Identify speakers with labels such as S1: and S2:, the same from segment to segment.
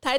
S1: 台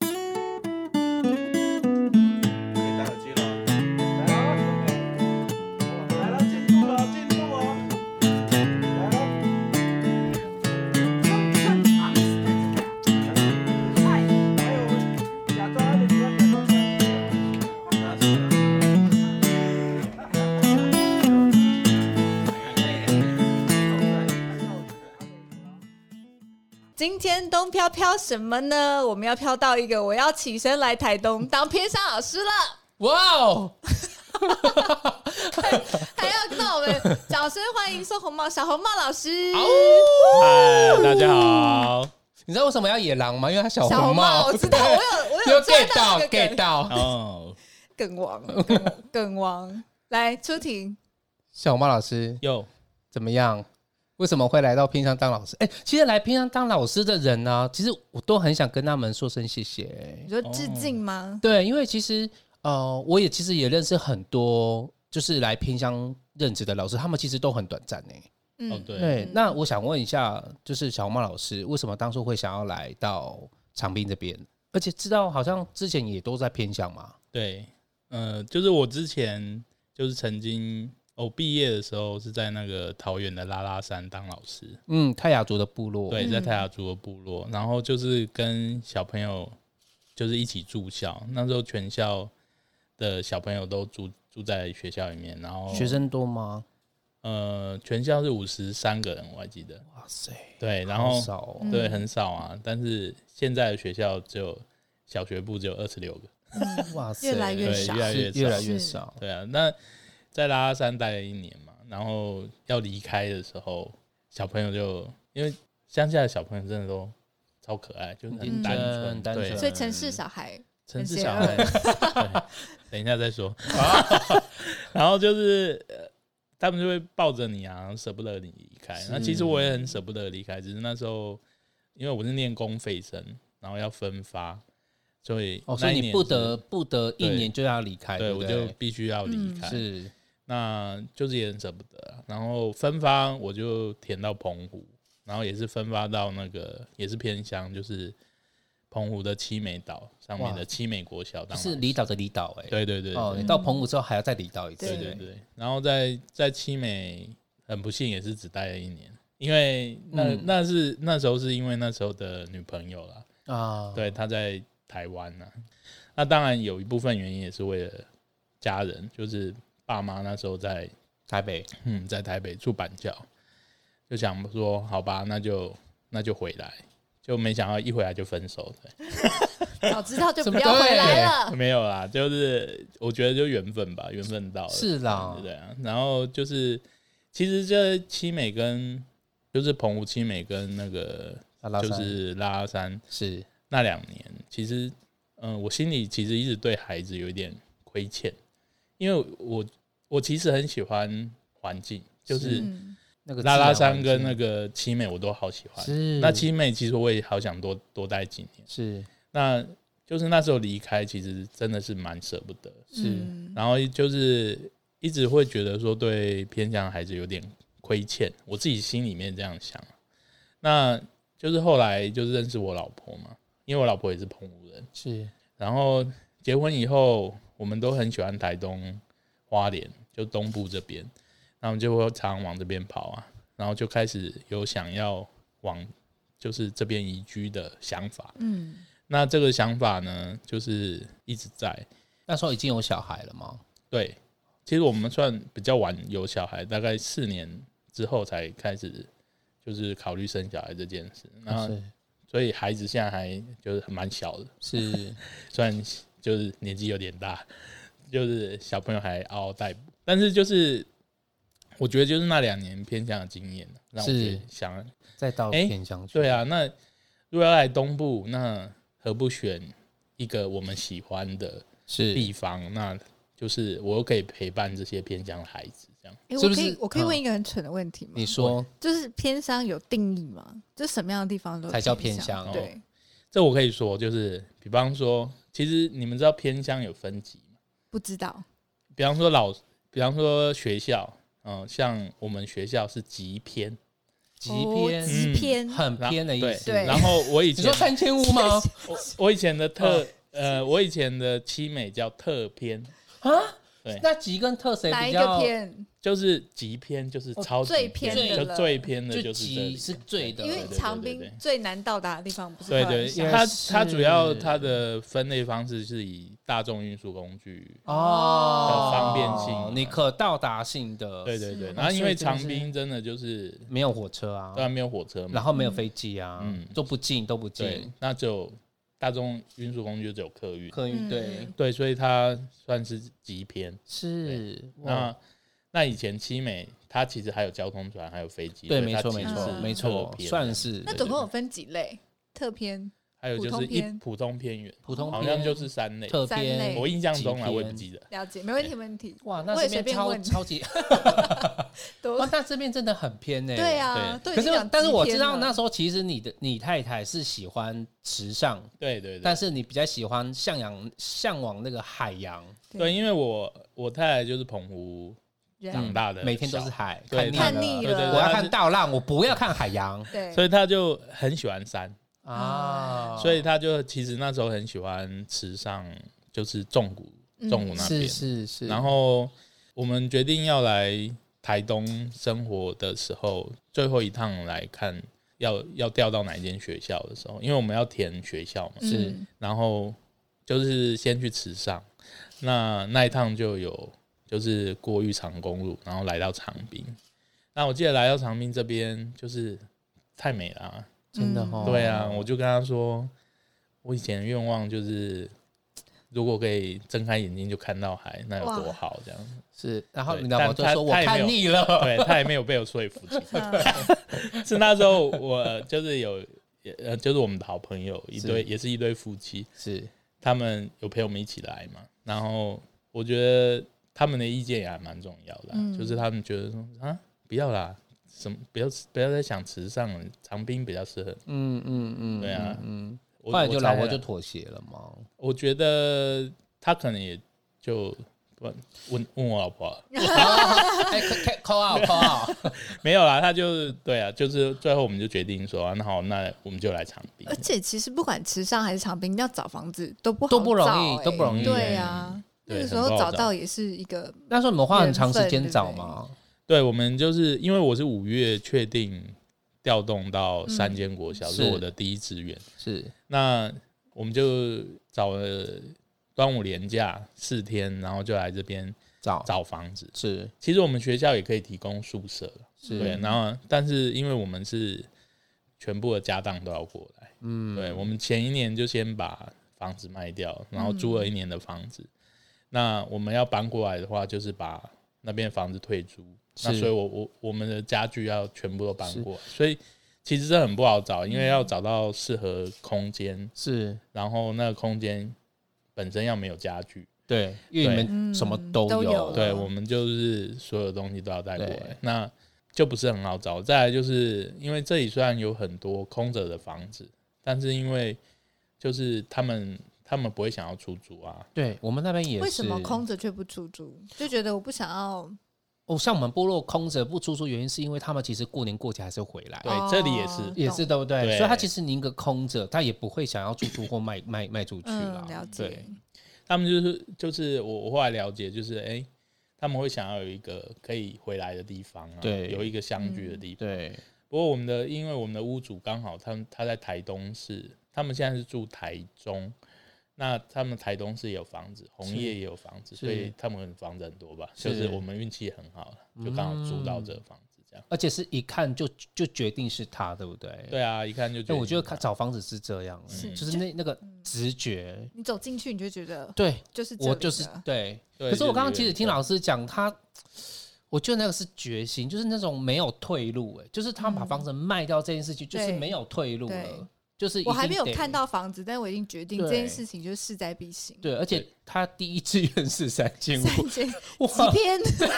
S2: 可以戴耳机了。来了，OK，来了，进入了，进入哦。来了。还有，假装安静，假装安静。
S1: 今天东飘飘什么呢？我们要飘到一个我要起身来台东当偏向老 师了，
S3: 哇哦，
S1: 还要让我们掌声欢迎宋红帽小红帽老师。
S3: 嗷
S4: 嗨，大家好。
S3: 你知道为什么要野狼吗？因为他小
S1: 小红
S3: 红帽，
S1: 帽，我知道，我有 我
S3: 有
S1: 有抓
S3: get
S1: 到
S3: 到
S1: 这个
S3: get
S1: 梗
S3: 到，
S4: 哦，
S1: 梗王，梗王。来出庭，
S3: 小红帽老师
S4: 有
S3: 怎么样？为什么会来到偏乡当老师？哎、其实来偏乡当老师的人呢、其实我都很想跟他们说声谢谢、
S1: 你说致敬吗？
S3: 对，因为其实呃，我也其实也认识很多，就是来偏乡任职的老师，他们其实都很短暂呢、欸
S4: 哦
S1: 嗯，，
S4: 对，
S3: 对，那我想问一下，就是小红帽老师，为什么当初会想要来到长滨这边？而且知道好像之前也都在偏乡嘛，
S4: 对，呃，就是我之前就是曾经，我毕业的时候是在那个桃园的拉拉山当老师，
S3: 嗯，泰雅族的部落，
S4: 对，在
S1: 嗯
S4: 泰雅族的部落，然后就是跟小朋友就是一起住校，那时候全校的小朋友都住住在学校里面，然后
S3: 学生多吗？
S4: 呃，全校是五十三个人，我还记得，
S3: 哇塞，
S4: 对，然
S3: 好
S4: 后
S3: 少、哦
S1: 嗯
S4: 对很少啊，但是现在的学校只有小学部只有二十六个，
S1: 嗯
S3: 哇塞，
S1: 越来越
S4: 对
S1: 少
S4: 越来
S3: 是
S4: 越
S3: 越来
S4: 少
S1: 是
S3: 越少，
S4: 对啊，那在拉拉山待了一年嘛，然后要离开的时候，小朋友就因为乡下的小朋友真的都超可爱，就是很
S1: 嗯
S4: 单
S3: 真
S4: 纯，
S3: 单
S4: 对
S3: 纯
S1: 所以城市小孩
S4: 城市
S1: 很邪
S4: 小孩。 对等一下再说。然后就是、呃、他们就会抱着你啊，舍不得你离开。那其实我也很舍不得离开，只是那时候因为我是念公费生，然后要分发，所以
S3: 哦，所
S4: 那
S3: 以
S4: 一
S3: 你
S4: 年
S3: 不
S4: 是
S3: 得不得一
S4: 对
S3: 年就要离开，
S4: 对
S3: 对不
S4: 我
S3: 对，
S4: 就必须要离
S1: 嗯
S4: 开。
S3: 是
S4: 那就是也很舍不得啊。然后分发我就填到澎湖，然后也是分发到那个也是偏乡，就是澎湖的七美岛上面
S3: 哇
S4: 的七美国小当
S3: 是
S4: 老
S3: 离
S4: 师
S3: 岛的离岛哎，
S4: 对对对
S3: 哦，
S4: 对
S3: 你到澎湖之后还要再离岛一次，
S4: 对对对。然后在在七美很不幸也是只待了一年，因为那、
S3: 嗯
S4: 那是那时候是因为那时候的女朋友啦，
S3: 啊，
S4: 对，她在台湾呢、那当然有一部分原因也是为了家人，就是爸妈那时候在
S3: 台北
S4: 嗯，在台北住板教，就想说好吧，那就那就回来，就没想到一回来就分手了。
S1: 早知道就
S3: 怎
S1: 不
S3: 么
S1: 要回来了。
S3: 哦
S4: 没有啦，就是我觉得就缘分吧，缘分到了，
S3: 是啦
S4: 对不对啊。然后就是，其实这七美跟就是澎湖七美跟那个
S3: 阿拉
S4: 就
S3: 山
S4: 是拉拉山
S3: 是
S4: 那两年，其实嗯、呃我心里其实一直对孩子有一点亏欠，因为我我其实很喜欢环境，就是
S3: 是
S1: 嗯，
S3: 那个
S4: 拉拉山
S3: 自然环
S4: 跟
S3: 境
S4: 那个七美我都好喜欢。
S3: 是
S4: 那七美其实我也好想多多待几年，
S3: 是
S4: 那就是那时候离开，其实真的是蛮舍不得。
S3: 是
S1: 嗯
S4: 然后就是一直会觉得说对偏向孩子有点亏欠，我自己心里面这样想。啊那就是后来就是认识我老婆嘛，因为我老婆也是澎湖人，
S3: 是
S4: 然后结婚以后，我们都很喜欢台东花莲，就东部这边，那我们就会常常往这边跑啊，然后就开始有想要往就是这边移居的想法。
S1: 嗯，
S4: 那这个想法呢，就是一直在
S3: 那时候已经有小孩了吗？
S4: 对。其实我们算比较晚有小孩，大概四年之后才开始就是考虑生小孩这件事。
S3: 哦
S4: 那所以孩子现在还就是蛮小的，
S3: 是是
S4: 虽然就是年纪有点大， 就是小朋友还嗷嗷待哺，但是就是我觉得就是那两年偏向的经验，让我
S3: 是
S4: 觉得想
S3: 再到
S4: 哎
S3: 偏乡去，
S4: 对，啊，那如果要来东部，那何不选一个我们喜欢的
S3: 是
S4: 地方？那就是我又可以陪伴这些偏向的孩子，这样
S1: 哎，
S3: 是
S1: 我
S3: 不
S1: 可以
S3: 是
S1: 我可以
S3: 嗯
S1: 问一个很蠢的问题吗？
S3: 你说
S1: 就是偏乡有定义吗？就什么样的地方都
S3: 才叫偏乡
S1: 乡？对，
S4: 这我可以说，就是比方说，其实你们知道偏乡有分级吗？
S1: 不知道。
S4: 比方呃说老，比方说学校，嗯、像我们学校是极偏。
S3: 极偏
S1: 哦极偏，
S3: 很
S4: 然后
S3: 偏的意
S4: 对
S3: 思。
S1: 对
S4: 然后我以
S3: 你
S4: 前
S3: 说三千五吗？
S4: 我我以前的特、
S3: 哦
S4: 呃，我以前的七美叫特篇，
S3: 啊
S4: 对？
S3: 那极跟特谁
S1: 哪
S3: 比
S1: 一个
S3: 较？
S1: 偏？
S4: 就是极篇，就是超级
S1: 最偏
S3: 哦的
S4: 就
S1: 了
S4: 最偏的
S3: 就
S4: 就是这
S3: 极
S4: 里。
S3: 是最的，
S1: 因为
S4: 对对
S1: 长
S4: 对
S1: 滨
S4: 对
S1: 最难到达的地方不是
S4: 对
S1: 开
S4: 对
S1: 玩，
S3: 因
S1: 笑
S3: 为
S4: 它
S3: 是
S4: 它主要它的分类方式是以大众运输工具，
S3: 哦，
S4: 的方便性
S3: 你可到达性的，
S4: 对对对。
S3: 哦是
S4: 然后因为长
S3: 所以这个
S4: 滨真的就是
S3: 没有火车啊
S4: 当，然没有火车
S3: 然
S4: 嘛，
S3: 后没有飞机啊，
S4: 嗯
S3: 都不近，都不
S4: 对
S3: 近，，
S4: 那只有大众运输工具就只有客运，
S3: 客运
S1: 嗯
S3: 对
S4: 对，所以它算是极偏。
S3: 是哇，
S4: 那那以前七美它其实还有交通船，还有飞机，
S3: 对，
S4: 所
S3: 没
S4: 以它
S3: 错
S4: 其
S3: 没
S4: 实
S3: 错
S4: 是
S3: 没
S4: 特
S3: 错，
S4: 偏
S3: 算是
S1: 那总共有分几类？特偏
S4: 还有
S1: 普
S4: 就是
S1: 通
S4: 一
S1: 篇
S4: 普通偏远，
S3: 普通
S4: 好像
S3: 篇
S4: 就是三类。
S3: 特
S1: 三类
S3: 偏
S4: 我印象中啊，
S3: 极
S4: 我也不
S3: 偏
S4: 记得。
S1: 了解，没问题，没问题。
S3: 哇，那
S1: 我
S3: 这
S1: 也随
S3: 边
S1: 便
S3: 超
S1: 问
S3: 超级，哇
S1: 都，
S3: 那这边真的很偏呢。
S1: 对。啊，对。
S3: 可是，但是我知道那时候其实你的你太太是喜欢时尚，
S4: 对对对
S3: 但，是你比较喜欢向阳向往那个海洋，
S4: 对，因为我我太太就是澎湖
S1: 人
S4: 长大的，
S3: 嗯每天都是，海，
S4: 对
S1: 看
S3: 了
S1: 腻
S4: 对对
S1: 了，
S3: 我要看大浪，我不要看海洋
S1: 对，
S4: 所以她就很喜欢山，
S3: 啊。
S4: 所以她就其实那时候很喜欢池上，就是纵谷
S1: 嗯
S4: 纵谷那
S3: 是
S4: 边。
S3: 是是，
S4: 然后我们决定要来台东生活的时候，最后一趟来看要要调到哪一间学校的时候，因为我们要填学校嘛，
S3: 是
S1: 嗯
S4: 然后就是先去池上，那那一趟就有就是过玉长公路，然后来到长滨。那我记得来到长滨这边就是太美了啊、
S3: 真的哦，
S4: 对啊，我就跟他说，我以前的愿望就是。如果可以睁开眼睛就看到海，那有多
S1: 哇
S4: 好！这样，
S3: 是，然后
S4: 对
S3: 你老婆就
S4: 但
S3: 说我
S4: 他他也没有
S3: 看腻 了，
S4: 对他也没有被我说服。其实
S1: 嗯
S4: 是那时候我就是有，呃，就是我们的好朋友一
S3: 是
S4: 对，也是一对夫妻，
S3: 是
S4: 他们有陪我们一起来嘛，然后我觉得他们的意见也还蛮重要的啊、
S1: 嗯
S4: 就是他们觉得说啊，不要啦，什么不要不要再想池上了，长滨比较适合。
S3: 嗯嗯嗯，
S4: 对啊
S3: 嗯，嗯
S4: 我
S3: 后来就
S4: 我猜啊
S3: 老婆
S4: 啦
S3: 就妥协了嘛，
S4: 我觉得他可能也就问问问我老婆啊了，
S3: 哎扣 out 扣 out，
S4: 没有啦，他就是对啊，就是最后我们就决定说、啊，那好，那我们就来长滨
S1: 而。
S3: 呃
S1: 且其实不管池上还是长滨，要找房子都不
S3: 都不容易
S1: 好找欸
S3: 都不容
S4: 易
S1: 对啊，
S4: 对
S1: 那个时
S4: 很
S1: 候
S4: 不好
S1: 找
S4: 找
S1: 到也是一个
S3: 那时候你们花很长时
S1: 缘
S3: 间
S1: 分
S3: 找嘛，
S4: 对，我们就是因为我是五月确定调动到三间国小，
S3: 嗯
S4: 是
S3: 是
S4: 我的第一志愿。
S3: 是
S4: 那我们就找了端午连假四天，然后就来这边
S3: 找
S4: 找房子。
S3: 是
S4: 其实我们学校也可以提供宿舍，
S3: 是
S4: 对。然后，但是因为我们是全部的家当都要过来，
S3: 嗯
S4: 对我们前一年就先把房子卖掉，然后租了一年的房子。
S3: 嗯
S4: 那我们要搬过来的话，就是把那边房子退租。那
S3: 是
S4: 所以我，我我们的家具要全部都搬过来，所以其实这很不好找，因为
S3: 嗯
S4: 要找到适合空间，
S3: 是，
S4: 然后那个空间本身要没有家具，
S3: 对，因为你们
S1: 嗯
S3: 什么都
S1: 都有
S4: 对
S1: 哦
S4: 我们就是所有东西都要带过来
S3: 嗯对，
S4: 那就不是很好找。再来就是因为这里虽然有很多空着的房子，但是因为就是他们他们不会想要出租啊，
S3: 对我们那边也是，
S1: 为什么空着却不出租，就觉得我不想要
S3: 哦，像我们部落空着不出租，原因是因为他们其实过年过节还是回来，
S4: 对
S1: 哦
S4: 这里也是
S3: 也是
S1: 懂
S3: 对不对？
S4: 对
S3: 所以他其实宁可空着，他也不会想要出租或卖 卖卖出去
S1: 嗯，了
S3: 啦。
S1: 解
S4: 对，他们就是就是我我后来了解就是哎、诶他们会想要有一个可以回来的地方啊，
S3: 对嗯
S4: 有一个相聚的地方。
S3: 对，
S4: 不过我们的因为我们的屋主刚好他们他在台东市，他们现在是住台中，那他们台东市也有房子，红叶也有房子，
S3: 是
S4: 所以他们房子很多吧，
S3: 是
S4: 就是我们运气很好了，就刚好租到
S3: 嗯
S4: 这个房子这样。
S3: 而且是一看就就决定是他，对不对？。
S4: 对啊，一看就觉
S3: 哎，
S4: 得
S3: 我觉得看找房子是这样，
S1: 是
S3: 就是那那个直觉，
S1: 你走进去你就觉得
S3: 对
S1: 就是这
S3: 我
S1: 里
S3: 就是
S1: 了
S3: 对。
S4: 对
S3: 可是我刚刚
S4: 就
S3: 其
S4: 觉
S3: 实
S4: 得
S3: 听老师讲，他我觉得那个是决心，就是那种没有退路，哎，就是他把
S1: 嗯
S3: 房子卖掉这件事情，就是
S1: 对
S3: 没有退路
S1: 对
S3: 了，就是
S1: 我
S3: 一
S1: 还
S3: 定
S1: 没有
S3: 得
S1: 看到房子，但我已经决定
S3: 对
S1: 这件事情就是势在必行。
S3: 对，而且
S4: 对
S3: 他第一志愿是三千
S1: 三
S3: 五，
S1: 间
S3: 哇
S1: 几，篇，
S4: 哦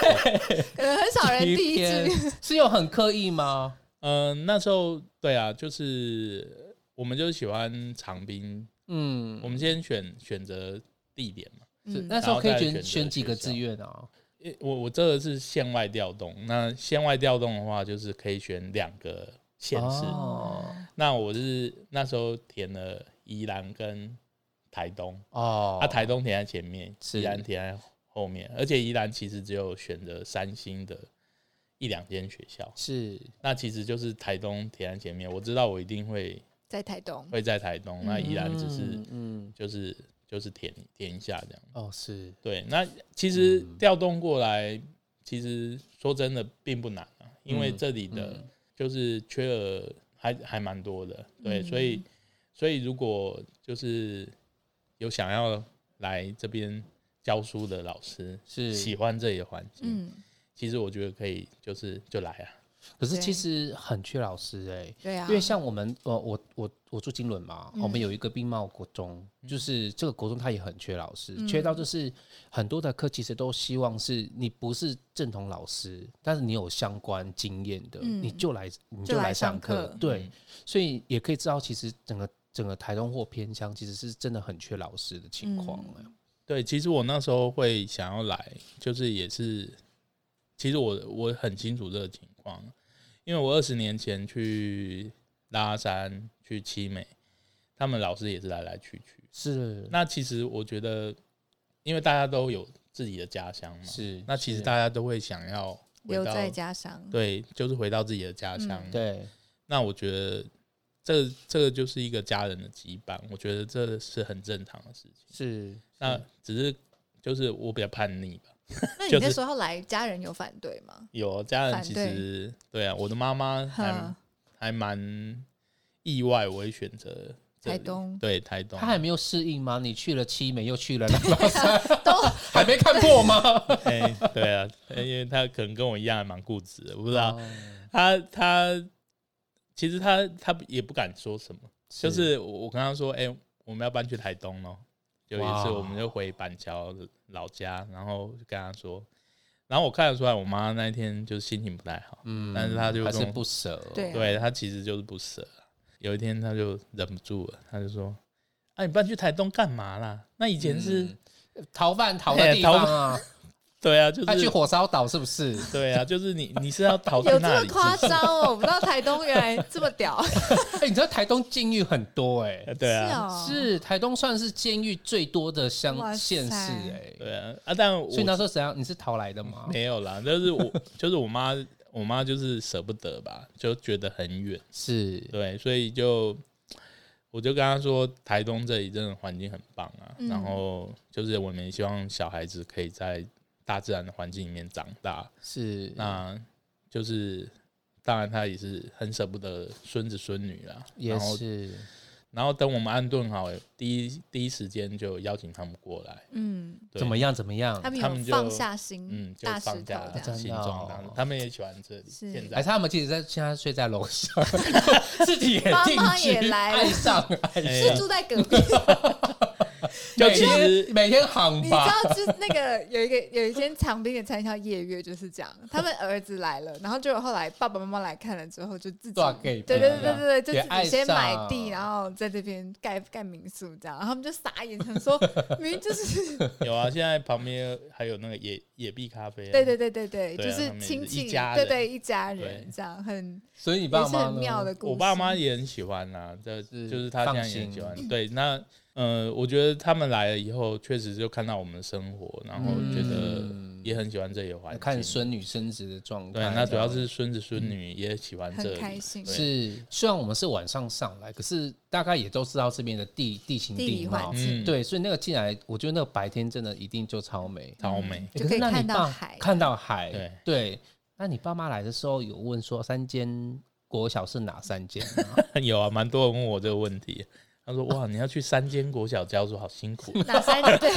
S1: 可能很 少人
S3: 几
S1: 第一志愿
S3: 篇 是有很刻意吗？
S4: 嗯、那时候对啊，就是我们就喜欢长滨，
S3: 嗯，
S4: 我们先选选择地点嘛，
S3: 是
S1: 嗯
S3: 那时候可以
S4: 然后再
S3: 选
S4: 选择
S3: 选几个
S4: 学校
S3: 志愿啊？
S4: 诶我我这个是县外调动，那县外调动的话，就是可以选两个县市。
S3: 哦
S4: 那我是那时候填了宜兰跟台东，
S3: 哦
S4: 啊，台东填在前面，
S3: 是
S4: 宜兰填在后面，而且宜兰其实只有选择三星的一两间学校，
S3: 是
S4: 那其实就是台东填在前面。我知道我一定会
S1: 在台东，
S4: 会在台东，那宜兰只是
S3: 嗯嗯
S4: 就是就是填填一下这样。
S3: 哦是
S4: 对，那其实
S3: 嗯
S4: 调动过来，其实说真的并不难啊，因为
S3: 嗯
S4: 这里的就是缺额还还蛮多的，对，
S1: 嗯
S4: 所以所以如果就是有想要来这边教书的老师，
S3: 是
S4: 喜欢这里的环境，
S1: 嗯，
S4: 其实我觉得可以就是就来啊，
S3: 可是其
S1: 对
S3: 实很缺老师哎、
S1: 对啊
S3: 因，为像我们，呃，我我我住金轮嘛，哦
S1: 嗯
S3: 我们有一个并茂国中，就是这个国中它也很缺老师，
S1: 嗯
S3: 缺到就是很多的课其实都希望是你不是正统老师，但是你有相关经验的，
S1: 嗯
S3: 你就来你
S1: 就来
S3: 来
S1: 上
S3: 上课
S1: 课，
S4: 嗯
S3: 对，所以也可以知道，其实整个整个台东或偏乡其实是真的很缺老师的情况、哎
S1: 嗯
S4: 对，其实我那时候会想要来，就是也是，其实我我很清楚这个情况，因为我二十年前去拉山、去七美，他们老师也是来来去去。
S3: 是
S4: 那其实我觉得，因为大家都有自己的家乡嘛，
S3: 是，
S4: 那其实
S3: 是
S4: 大家都会想要回
S1: 留
S4: 到
S1: 在家乡，
S4: 对，就是回到自己的家乡。
S1: 嗯
S3: 对
S4: 那我觉得这这个就是一个家人的羁绊，我觉得这是很正常的事情。
S3: 是
S4: 那只是就是我比较叛逆吧。
S1: 那你
S4: 就
S1: 那
S4: 是
S1: 时候来，家人有反对吗？
S4: 有家人
S1: 反
S4: 其
S1: 对
S4: 实对啊，我的妈妈还
S1: 哈，
S4: 还蛮意外，我会选择这
S1: 台
S4: 里
S1: 东
S4: 对台东
S3: 他，还没有适应吗？你去了七美，又去了 南方山，
S1: 都
S3: 还没看破 吗？
S4: 哎，对啊，因为他可能跟我一样还蛮固执的，我不知道
S3: 哦
S4: 他他其实他他也不敢说什么，就是我我跟他说，哎，我们要搬去台东咯。有一次
S3: 哇
S4: 我们就回板桥老家，然后就跟他说，然后我看得出来我妈那一天就是心情不太好，
S3: 嗯
S4: 但是他就
S3: 还
S4: 跟
S3: 是
S4: 我
S3: 不舍，
S1: 对啊
S4: 对他其实就是不舍啊。有一天他就忍不住了，他就说：“啊，你搬去台东干嘛啦？那以前是、
S1: 嗯
S3: 逃犯逃的地方啊，
S4: 对啊，就
S3: 他去
S4: 是
S3: 火烧岛是不是？
S4: 对啊，就是你你是要逃去
S1: 有这
S4: 那
S1: 么
S4: 里是不
S1: 夸
S4: 是？
S1: 张哦，我不知道台东原来这么屌，
S3: 哎、你知道台东监狱很多哎、
S4: 啊对 啊，
S1: 哦，
S3: 是台东算是监狱最多的乡
S1: 哇
S3: 县市
S1: 塞
S3: 哎、
S4: 对啊啊！但我
S3: 所以那时候怎样？你是逃来的吗？
S4: 没有啦，就是我就是我妈，我妈就是舍不得吧，就觉得很远，
S3: 是
S4: 对，所以就我就跟她说，台东这里真的环境很棒啊，
S1: 嗯
S4: 然后就是我们也希望小孩子可以在大自然的环境里面长大，
S3: 是，
S4: 那就是当然他也是很舍不得孙子孙女啦，
S3: 也
S4: 然后
S3: 是
S4: 然后等我们安顿好，第一第一时间就邀请他们过来，
S1: 嗯，
S4: 对
S3: 怎么样怎么样
S1: 他？们
S4: 他们
S1: 有
S4: 就
S1: 放下心，
S4: 嗯，就
S1: 大石
S4: 放
S1: 头这
S4: 假
S1: 样，
S3: 真
S4: 心
S3: 的哦
S4: 中当然他们也喜欢这里。
S1: 是
S4: 现
S3: 还
S4: 在
S3: 是他们其实在现在睡在楼上， 自己也
S1: 妈
S3: 进
S1: 妈也
S3: 去
S1: 来了
S3: 爱上爱
S4: 哎
S3: 上
S1: 是，住在隔壁，
S4: 就
S3: 每
S4: 其
S3: 天
S4: 实
S3: 每天航
S1: 你知
S3: 吧，
S1: 道，就是那个有一个有一间长滨的餐厅叫夜月，就是这样。他们儿子来了，然后就后来爸爸妈妈来看了之后，就自己
S3: 多少给
S1: 对对
S3: 别
S1: 对
S3: 人
S1: 对对，就
S3: 也
S1: 自
S3: 爱
S1: 己先买地，
S3: 上
S1: 然后在这边盖盖民宿这样。然后他们就傻眼，想说明明就是
S4: 有啊，现在旁边还有那个野野壁咖啡啊、
S1: 对对对对对，
S4: 对
S1: 就
S4: 啊
S1: 是
S4: 他们也
S1: 亲
S4: 是
S1: 戚
S4: 一家
S1: 对
S4: 人
S1: 对一家人
S4: 对
S1: 这样，很
S3: 所以你
S1: 也
S3: 爸
S1: 是
S3: 妈
S1: 很
S3: 呢
S1: 妙的故事。
S4: 我爸妈也很喜欢啊，这
S3: 是
S4: 就是他现在也很喜欢。对，那呃，我觉得他们来了以后，确实就看到我们的生活，然后觉得
S3: 嗯
S4: 也很喜欢这里的环境。
S3: 看孙女生殖的状态
S4: 对，
S3: 啊。
S4: 那主要是孙子孙女也喜欢这
S1: 嗯很开
S4: 里，
S1: 心
S4: 对
S3: 是，虽然我们是晚上上来，可是大概也都知道这边的地地形
S1: 地理
S3: 貌
S1: 环。
S4: 境
S3: 对，所以那个进来，我觉得那个白天真的一定就超美。
S4: 超美。
S1: 嗯就
S3: 欸可
S1: 可以
S3: 是那你
S1: 看到
S3: 爸
S1: 海
S3: 看到海。
S4: 对
S3: 那你爸妈来的时候有问说三间国小是哪三间 吗？
S4: 有啊，蛮多人问我这个问题。他说：“哇，你要去三间国小教书，好 辛苦。
S1: 哪三对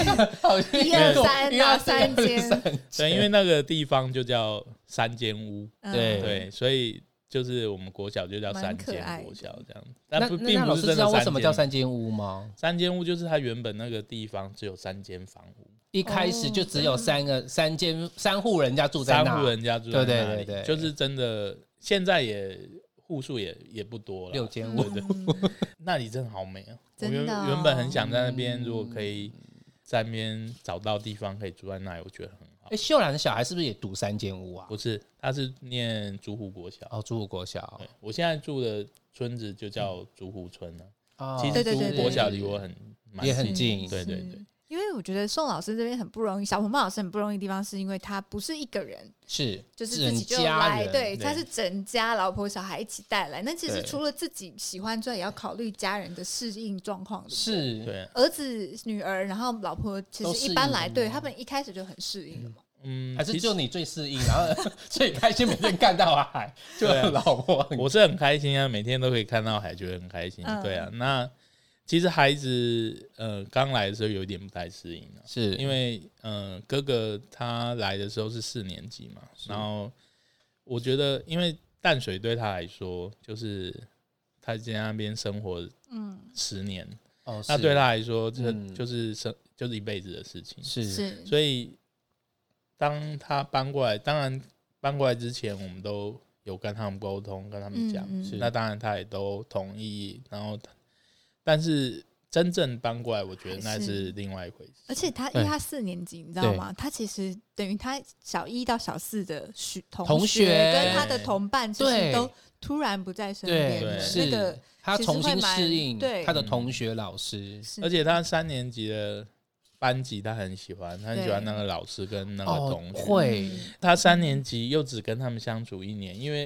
S1: 一二三哪三间？
S4: 对，因为那个地方就叫三间屋，
S1: 嗯
S3: 对
S4: 对，所以就是我们国小就叫三
S1: 蛮可爱
S4: 间
S1: 的
S4: 国小这样。
S3: 那
S4: 但不
S3: 那
S4: 并
S3: 那
S4: 不
S3: 老
S4: 是
S3: 师
S4: 真
S3: 知
S4: 的
S3: 道为
S4: 三
S3: 什么
S4: 间
S3: 叫三间屋吗？
S4: 三间屋，就是它原本那个地方只有三间房屋，
S3: 一开始
S1: 哦
S3: 就只有三个三间三户人家住在
S4: 三
S3: 那，
S4: 户人家住
S3: 对
S4: 在
S3: 对
S4: 那里，
S3: 对对
S4: 就是真的现在也户数也也不多了，
S3: 六间屋
S4: 对对
S1: 嗯
S4: 那里真的好美哦！我
S1: 真
S4: 原
S1: 的哦
S4: 原本很想在那边，如果可以在那边找到地方可以住在那里，我觉得很好。
S3: 哎，秀兰的小孩是不是也读三间屋啊？
S4: 不是，他是念竹湖国小。
S3: 哦，住国小
S4: 对，我现在住的村子就叫竹湖村了。
S3: 哦
S4: 其
S1: 对
S4: 实
S1: 对
S4: 竹
S1: 对
S4: 湖
S1: 对
S4: 国小
S3: 对
S4: 离我很蛮
S3: 也
S4: 近
S3: 很近，
S4: 对对
S1: 是
S4: 对，
S1: 因为我觉得宋老师这边很不容易，小红帽老师很不容易的地方，是因为他不是一个人，
S3: 是
S1: 就是自
S3: 整
S1: 己就
S3: 家
S1: 来，
S3: 人
S1: 对，他
S4: 对
S1: 是整家老婆小孩一起带来。那其实
S3: 对
S1: 除了自己喜欢之外，也要考虑家人的适应状况，对不对
S3: 是，
S4: 对，
S1: 儿子、女儿，然后老婆，其
S3: 都
S1: 实
S3: 适
S1: 一般
S3: 应
S1: 来
S3: 了
S1: 对
S3: 吗
S1: 他们一开始就很适应了嘛。
S4: 嗯，
S3: 还是
S4: 其实
S3: 就你最适应，然后 最开心，每天看到海，就
S4: 对啊
S3: 老婆很
S4: 我是很开心啊，每天都可以看到海，觉得很开心。
S1: 嗯
S4: 对啊，那其实孩子呃刚来的时候有点不太适应啊，
S3: 是
S4: 因为呃哥哥他来的时候是四年级嘛，然后我觉得因为淡水对他来说就是他在那边生活
S1: 嗯，
S4: 十年，
S3: 哦，
S4: 那
S3: 是
S4: 啊对他来说这
S3: 嗯
S4: 就是生、就是一辈子的事情，
S3: 是
S1: 是，
S4: 所以当他搬过来，当然搬过来之前我们都。有跟他们沟通，跟他们讲，
S1: 嗯嗯
S3: 是
S4: 那当然他也都同意，然后他但是真正搬过来，我觉得那
S1: 还是
S4: 是另外一回事。
S1: 而且他因
S3: 对
S1: 为他四年级，你知道
S3: 嗯对
S1: 吗？他其实等于他小一到小四的学
S3: 同
S1: 同
S3: 学
S1: 跟他的同伴，其
S3: 对
S1: 实都突然不在身边了
S4: 对。嗯
S1: 那
S3: 是
S1: 个，
S3: 他
S1: 其实
S3: 重
S1: 会
S3: 新
S1: 蛮
S3: 适应
S1: 对
S3: 他的同学、老师，
S1: 是
S4: 而且他三年级的班级，他很喜欢，他很喜欢那个老师跟那个
S3: 哦
S4: 同，学。
S3: 会
S1: 嗯
S4: 他三年级又只跟他们相处一年，因为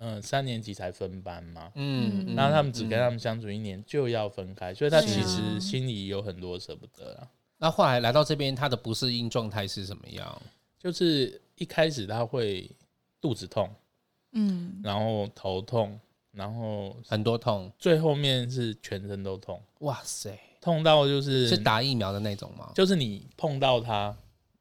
S4: 嗯、呃三年级才分班嘛，
S3: 嗯，
S1: 嗯
S4: 然后他们只
S3: 只
S4: 跟他们相处一年就要分开，所以他
S1: 对
S4: 其
S1: 啊
S4: 实心里有很多舍不得啊。
S3: 那后来来到这边，他的不适应状态是什么样？
S4: 就是一开始他会肚子痛，
S1: 嗯，
S4: 然后头痛，然后
S3: 很多痛，
S4: 最后面是全身都痛，
S3: 哇塞，
S4: 痛到就是
S3: 是打疫苗的那种吗？
S4: 就是你碰到他，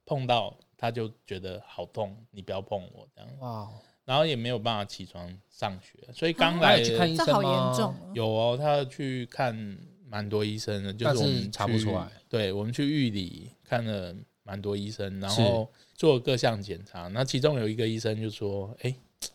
S4: 碰到他就觉得好痛，你不要碰我这样，
S3: 哇，
S4: 然后也没有办法起床上学，所以刚
S3: 他
S4: 来
S3: 啊有去嗯看医
S1: 这
S3: 生吗？
S1: 好严重哦。
S4: 有哦，他去看蛮多医生的，就
S3: 但
S4: 是
S3: 是
S4: 我们
S3: 查不
S4: 去
S3: 出来，
S4: 对我们去玉里看了蛮多医生，然
S3: 是
S4: 后做各项检查，那其中有一个医生就说，哎、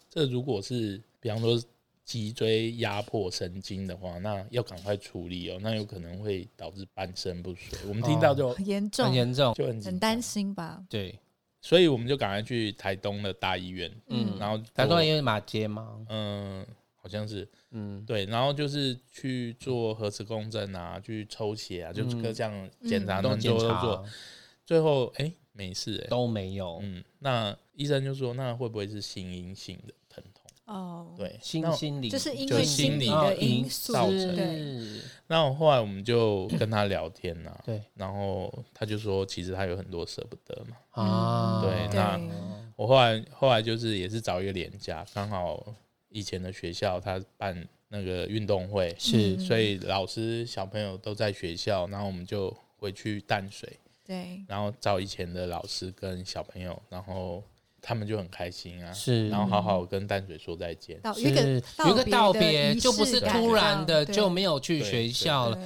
S4: 这如果是比方说。脊椎压迫神经的话，那要赶快处理哦，那有可能会导致半身不遂。我们听
S3: 哦
S4: 到就、
S1: 哦很严
S3: 很
S1: 重，
S3: 严重，
S4: 就很紧
S1: 很担
S4: 张
S1: 心吧？
S3: 对，
S4: 所以我们就赶快去台东的大医院，
S3: 嗯
S1: 嗯，
S4: 然后
S3: 台
S4: 做
S3: 东因为马街吗？
S4: 嗯、好像是
S3: 嗯，
S4: 对，然后就是去做核磁共振啊，去抽血啊，就是
S3: 嗯
S4: 各项检查
S1: 嗯
S4: 能
S3: 都检
S4: 做都
S3: 查
S4: 做，最后哎、没事哎、
S3: 都没有，
S4: 嗯，那医生就说那会不会是心因性的疼痛？
S1: 哦，，
S4: 对，
S3: 心
S4: 那
S3: 心理
S1: 就是因
S4: 就
S1: 为
S4: 心
S1: 心
S4: 理
S1: 理
S3: 啊
S1: 的因
S3: 素
S1: 素，
S4: 造成
S1: 对，
S4: 那我后来我们就跟他聊天呐、啊，
S3: 对
S4: 然后他就说其实他有很多舍不得嘛。
S3: 啊，
S4: 对那
S1: 嗯对，
S4: 我后来后来就是也是找一个连假，刚好以前的学校他办那个运动会，
S3: 是
S1: 嗯
S4: 所以老师小朋友都在学校，然后我们就回去淡水，
S1: 对，
S4: 然后找以前的老师跟小朋友，然后他们就很开心啊，
S3: 是，
S4: 然后好好跟淡水说再见。
S1: 到嗯
S3: 是
S1: 有一个
S3: 有一个道别，
S1: 的仪
S3: 就不
S1: 式
S3: 是
S1: 感
S3: 突然的
S1: 对
S3: 就没有去
S4: 对
S3: 学校了，
S1: 对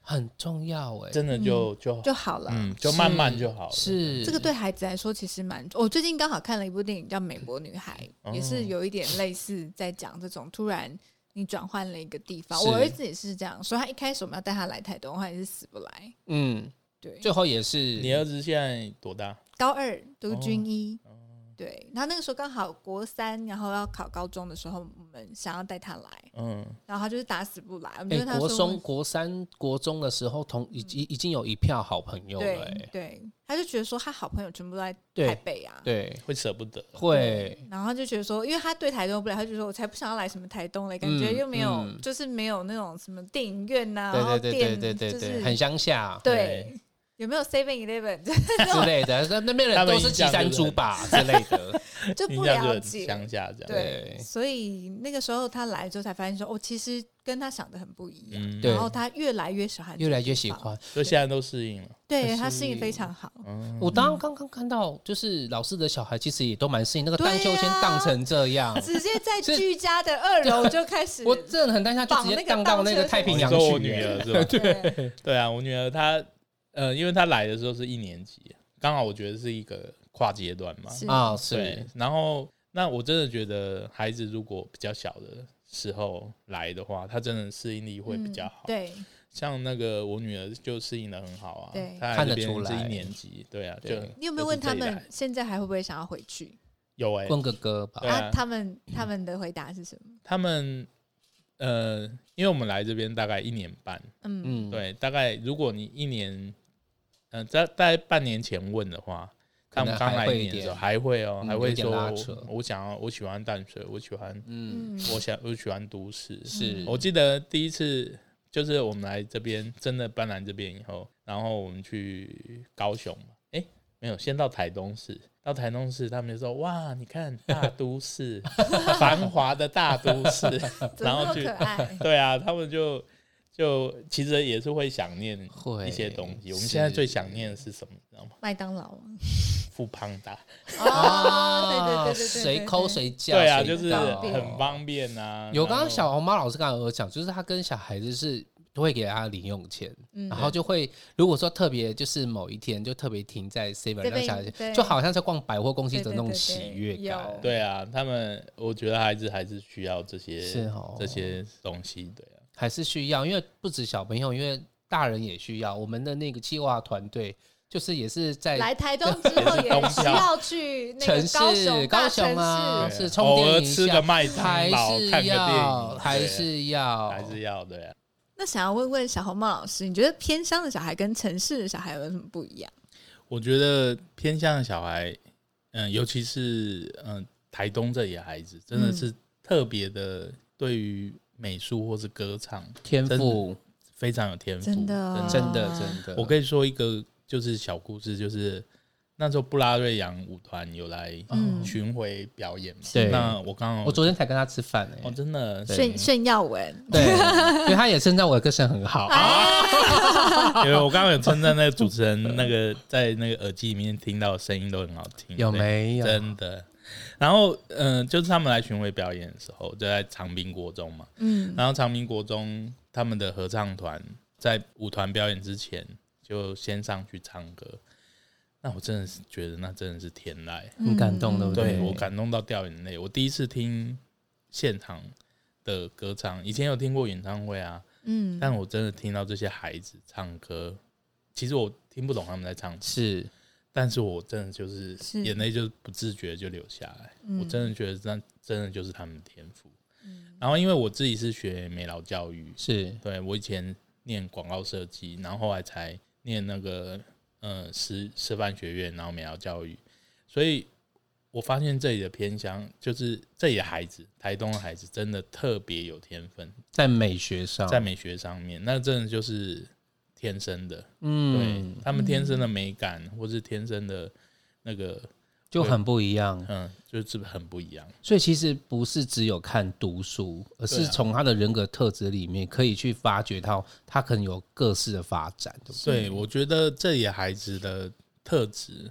S3: 很重要哎，
S4: 真的就、就
S1: 嗯就好了。
S4: 嗯，就慢慢就好了。
S3: 是
S1: 这个对孩子来说其实蛮……我最近刚好看了一部电影叫《美国女孩》，
S4: 哦
S1: 也是有一点类似在讲这种突然你转换了一个地方。
S3: 是
S1: 我儿子也是这样，所以他一开始我们要带他来台东，他也是死不来。
S3: 嗯，
S1: 对，
S3: 最后也是
S4: 你儿子现在多大？
S1: 高二读军
S3: 哦
S1: 医，对，他那个时候刚好国三，然后要考高中的时候，我们想要带他来，
S4: 嗯，
S1: 然后他就是打死不来。我们就
S3: 哎，
S1: 跟他
S3: 国
S1: 说
S3: 中、国三、国中的时候，同已经已经有一票好朋友了
S1: 对
S3: 欸，
S1: 对，他就觉得说他好朋友全部都在
S3: 对
S1: 台北啊，
S3: 对，
S4: 会舍不得。
S3: 会，
S1: 然后他就觉得说，因为他对台东不了，他就说我才不想要来什么台东嘞，感觉
S3: 嗯
S1: 又没有，
S3: 嗯
S1: 就是没有那种什么电影院呐、然后
S3: 对对对
S1: 店
S3: 对对
S1: 就
S3: 对
S1: 是
S3: 对，很哎 乡下
S1: 对，有没有 Seven Eleven
S3: 之类的，那那边人都是
S4: 印
S3: 骑
S4: 象
S3: 山
S4: 就是
S3: 猪
S4: 很
S3: 吧之类的，
S1: 就
S4: 印
S1: 不
S4: 象就
S1: 了
S4: 很
S1: 解
S4: 乡。下这 样。
S1: 对
S3: 对，
S1: 所以那个时候他来之后才发现说，哦，其实跟他想的很不一样。
S4: 嗯，
S3: 对
S1: 然后他越来越喜欢，
S3: 越来越喜，欢。
S4: 所以现在都适应了。
S1: 对
S3: 可
S1: 他
S3: 是
S1: 适应非常好。
S4: 嗯，
S3: 我当刚刚看到，就是老师的小孩其实也都蛮适应，那个
S1: 对
S3: 荡秋千
S1: 啊
S3: 荡成这样，
S1: 直接在
S3: 是
S1: 居家的二楼就开始，
S3: 我真的很担心，他就直接荡到那个太平
S4: 你
S3: 洋
S4: 说我
S3: 去
S4: 女儿
S3: 耶。
S4: 是 吧？
S1: 对，
S4: 对啊，我女儿她呃，因为她来的时候是一年级，刚好我觉得是一个跨阶段嘛。
S1: 是
S3: 啊，
S4: 对
S3: 是，
S4: 然后那我真的觉得孩子如果比较小的，时候来的话，她真的适应力会比较好。
S1: 嗯对，
S4: 像那个我女儿就适应的很好啊
S1: 对，
S4: 她来
S3: 看得
S4: 这边
S3: 出
S4: 是
S3: 来
S4: 一年级，对啊，
S3: 对
S4: 就
S1: 你有没有
S4: 就是
S1: 问他
S4: 这一
S1: 们
S4: 代
S1: 现在还会不会想要回去？
S4: 有哎、
S3: 问哥哥吧
S4: 对。啊
S1: 啊，他们他们的回答是什么？
S4: 他们呃，因为我们来这边大概一年半，
S1: 嗯，
S3: 嗯，，
S4: 对，大概如果你一年，嗯、在大概半年前问的话，
S3: 可
S4: 他们
S3: 能
S4: 刚
S3: 还
S4: 来
S3: 会
S4: 一
S3: 一
S4: 年的时候
S3: 点
S4: 还会哦、
S3: 嗯
S4: 还
S3: 有
S4: 会
S3: 点
S4: 说
S3: 拉
S4: 我
S3: 扯
S4: 我想要，我喜欢淡水，我喜 欢，
S3: 嗯，
S4: 我想我喜欢都市。
S3: 是
S4: 我记得第一次就是我们来这边，真的搬来这边以后，然后我们去高雄嘛，哎、没有，先到台东市。到台东市，他们就说：“哇，你看大都市，繁华的大都市。”
S1: 怎
S4: 然
S1: 么那
S4: 后
S1: 么
S4: 去
S1: 可爱？
S4: 对啊，他们就就其实也是会想念
S3: 会
S4: 一些东西。我们现在最想念的是什么？你知道吗？
S1: 麦当劳啊
S4: 富胖达。
S1: 哦，对对对对对，
S3: 啊谁抠谁叫，
S4: 对啊，
S3: 谁
S4: 就是
S3: 到
S4: 很方便啊。
S3: 有刚
S4: 然后
S3: 刚小红妈老师刚刚有讲，就是她跟小孩子是会给他零用钱，
S1: 嗯
S3: 然后就会如果说特别就是某一天就特别停在 seven
S1: 这
S3: 让
S1: 边
S3: 小孩
S1: 对
S3: 子，就好像在逛百货公司的那种
S1: 对对对对
S3: 喜悦感
S1: 有，
S4: 对啊，他们我觉得孩子还是需要这些
S3: 是哦
S4: 这些东西。对啊，
S3: 还是需要，因为不止小朋友，因为大人也需要。我们的那个计划团队就是也是在
S1: 来台东之后也需要去那
S3: 城
S1: 个
S3: 市
S1: 高雄大城市
S3: 啊，
S4: 对啊
S3: 是充
S4: 偶
S3: 电
S4: 尔
S3: 一
S4: 吃
S3: 下
S4: 个，麦当
S3: 还
S4: 劳，看个
S3: 是
S4: 电影
S3: 要，还
S4: 对啊
S3: 是要
S4: 还是要对啊。
S1: 那想要问问小红帽老师，你觉得偏乡的小孩跟城市的小孩有什么不一样？
S4: 我觉得偏向小孩，嗯、尤其是嗯、台东这里的孩子，
S3: 嗯
S4: 真的是特别的对于美术或是歌唱
S3: 天赋，
S4: 非常有天赋，
S1: 真的啊
S3: 真的真的，
S4: 我可以说一个就是小故事，就是那时候布拉瑞扬舞团有来
S1: 嗯
S4: 巡回表演嘛，
S3: 对
S4: 那我刚好
S3: 我昨天才跟他吃饭呢、
S4: 嗯哦真的
S1: 炫炫耀文，
S3: 对，因为他也称赞我的歌声很好，
S4: 啊 因为我刚刚有称赞那个主持人，那个在那个耳机里面听到的声音都很好听，
S3: 有
S4: 对
S3: 没有？
S4: 真的。然后，嗯、就是他们来巡回表演的时候，就在长滨国中嘛。
S1: 嗯，
S4: 然后长滨国中他们的合唱团在舞团表演之前，就先上去唱歌。那我真的是觉得那真的是天籁，
S3: 很感动对不
S4: 嗯对我感动到掉眼泪。我第一次听现场的歌唱，以前有听过演唱会啊，
S1: 嗯，
S4: 但我真的听到这些孩子唱歌，其实我听不懂他们在唱什么
S3: 是
S4: 但是我真的就是
S1: 是
S4: 眼泪就不自觉就流下来，
S1: 嗯嗯
S4: 我真的觉得那真的就是他们的天赋。然后因为我自己是学美劳教育，
S3: 是，
S4: 对我以前念广告设计，然后后来才念那个呃师师范学院，然后美劳教育，所以我发现这里的偏乡就是这里的孩子，台东的孩子真的特别有天分，
S3: 在美学上，
S4: 在美学上面，那真的就是天生的，对
S3: 嗯，
S4: 他们天生的美感，或是天生的那个，
S3: 就很不一样。
S4: 嗯，就是很不一样。
S3: 所以其实不是只有看读书，而是
S4: 对啊
S3: 从他的人格特质里面可以去发掘到他可能有各式的发展，对不对？
S4: 对，我觉得这也孩子的特质，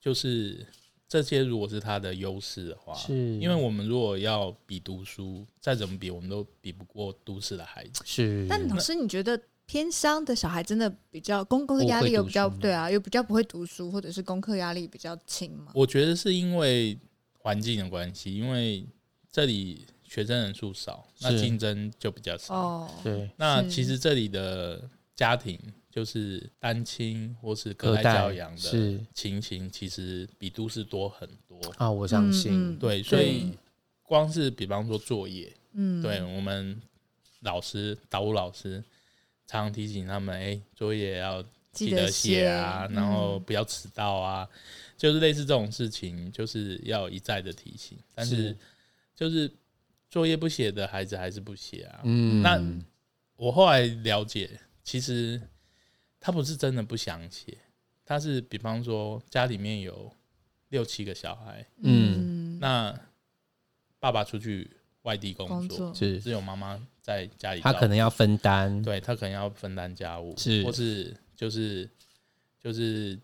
S4: 就是这些如果是他的优势的话，
S3: 是
S4: 啊因为我们如果要比读书，再怎么比，我们都比不过都市的孩子。
S3: 是，
S1: 但老师，你觉得偏乡的小孩真的比较功课压力
S3: 不会
S1: 有
S3: 读
S1: 比较
S3: 书吗
S1: 对啊，有比较不会读书，或者是功课压力比较轻吗？
S4: 我觉得是因为环境的关系，因为这里学生人数少，那
S3: 是
S4: 竞争就比较少。
S1: 哦，
S3: 对
S4: 那
S1: 是
S4: 其实这里的家庭就是单亲或是隔
S3: 隔
S4: 代教养的
S3: 是
S4: 情形，其实比都市多很多。
S3: 啊，我相
S1: 嗯
S3: 信
S1: 嗯
S4: 对，所以光是比方说作业，
S1: 嗯，
S4: 对我们老师导务老师常常提醒他们，哎、作业要记得写啊，
S1: 写嗯
S4: 然后不要迟到啊，就是类似这种事情，就是要一再的提醒。但是
S3: 是
S4: 就是作业不写的孩子还是不写啊，
S3: 嗯，
S4: 那我后来了解，其实他不是真的不想写，他是比方说家里面有六七个小孩，
S1: 嗯，
S4: 那爸爸出去外地工作，
S1: 工作
S3: 是
S4: 只有妈妈在家里照
S3: 他
S4: 顾，
S3: 可能要分担，
S4: 嗯对他可能要分担家务，
S3: 是
S4: 或是就是就是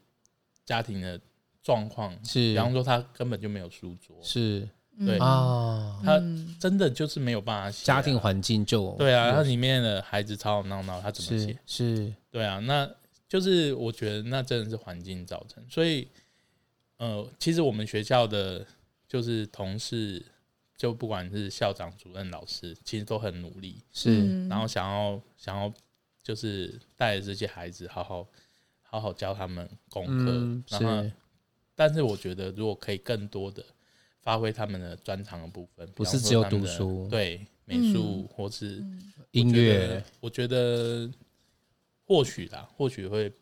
S4: 家庭的状况，比
S3: 是
S4: 方说他根本就没有书桌，
S3: 是
S4: 对
S3: 啊，
S4: 他
S1: 嗯
S4: 真的就是没有办法写啊、
S3: 家庭环境就
S4: 对啊，他里面的孩子吵吵闹闹，他怎么写
S3: 是？是
S4: 对啊，那就是我觉得那真的是环境造成，所以呃，其实我们学校的就是同事就不管是校长、主任、老师，其实都很努力，
S3: 是
S1: 嗯
S4: 然后想要想要就是带着这些孩子好好好好教他们功课，
S3: 嗯
S4: 然后
S3: 是，
S4: 但是我觉得如果可以更多的发挥他们的专长的部分，
S3: 不
S4: 比方
S3: 是
S4: 说
S3: 只有
S4: 他们
S3: 读
S4: 的
S3: 书嗯
S4: 对美术、或是
S3: 音乐，
S4: 我觉得，我觉得或许啦，或许会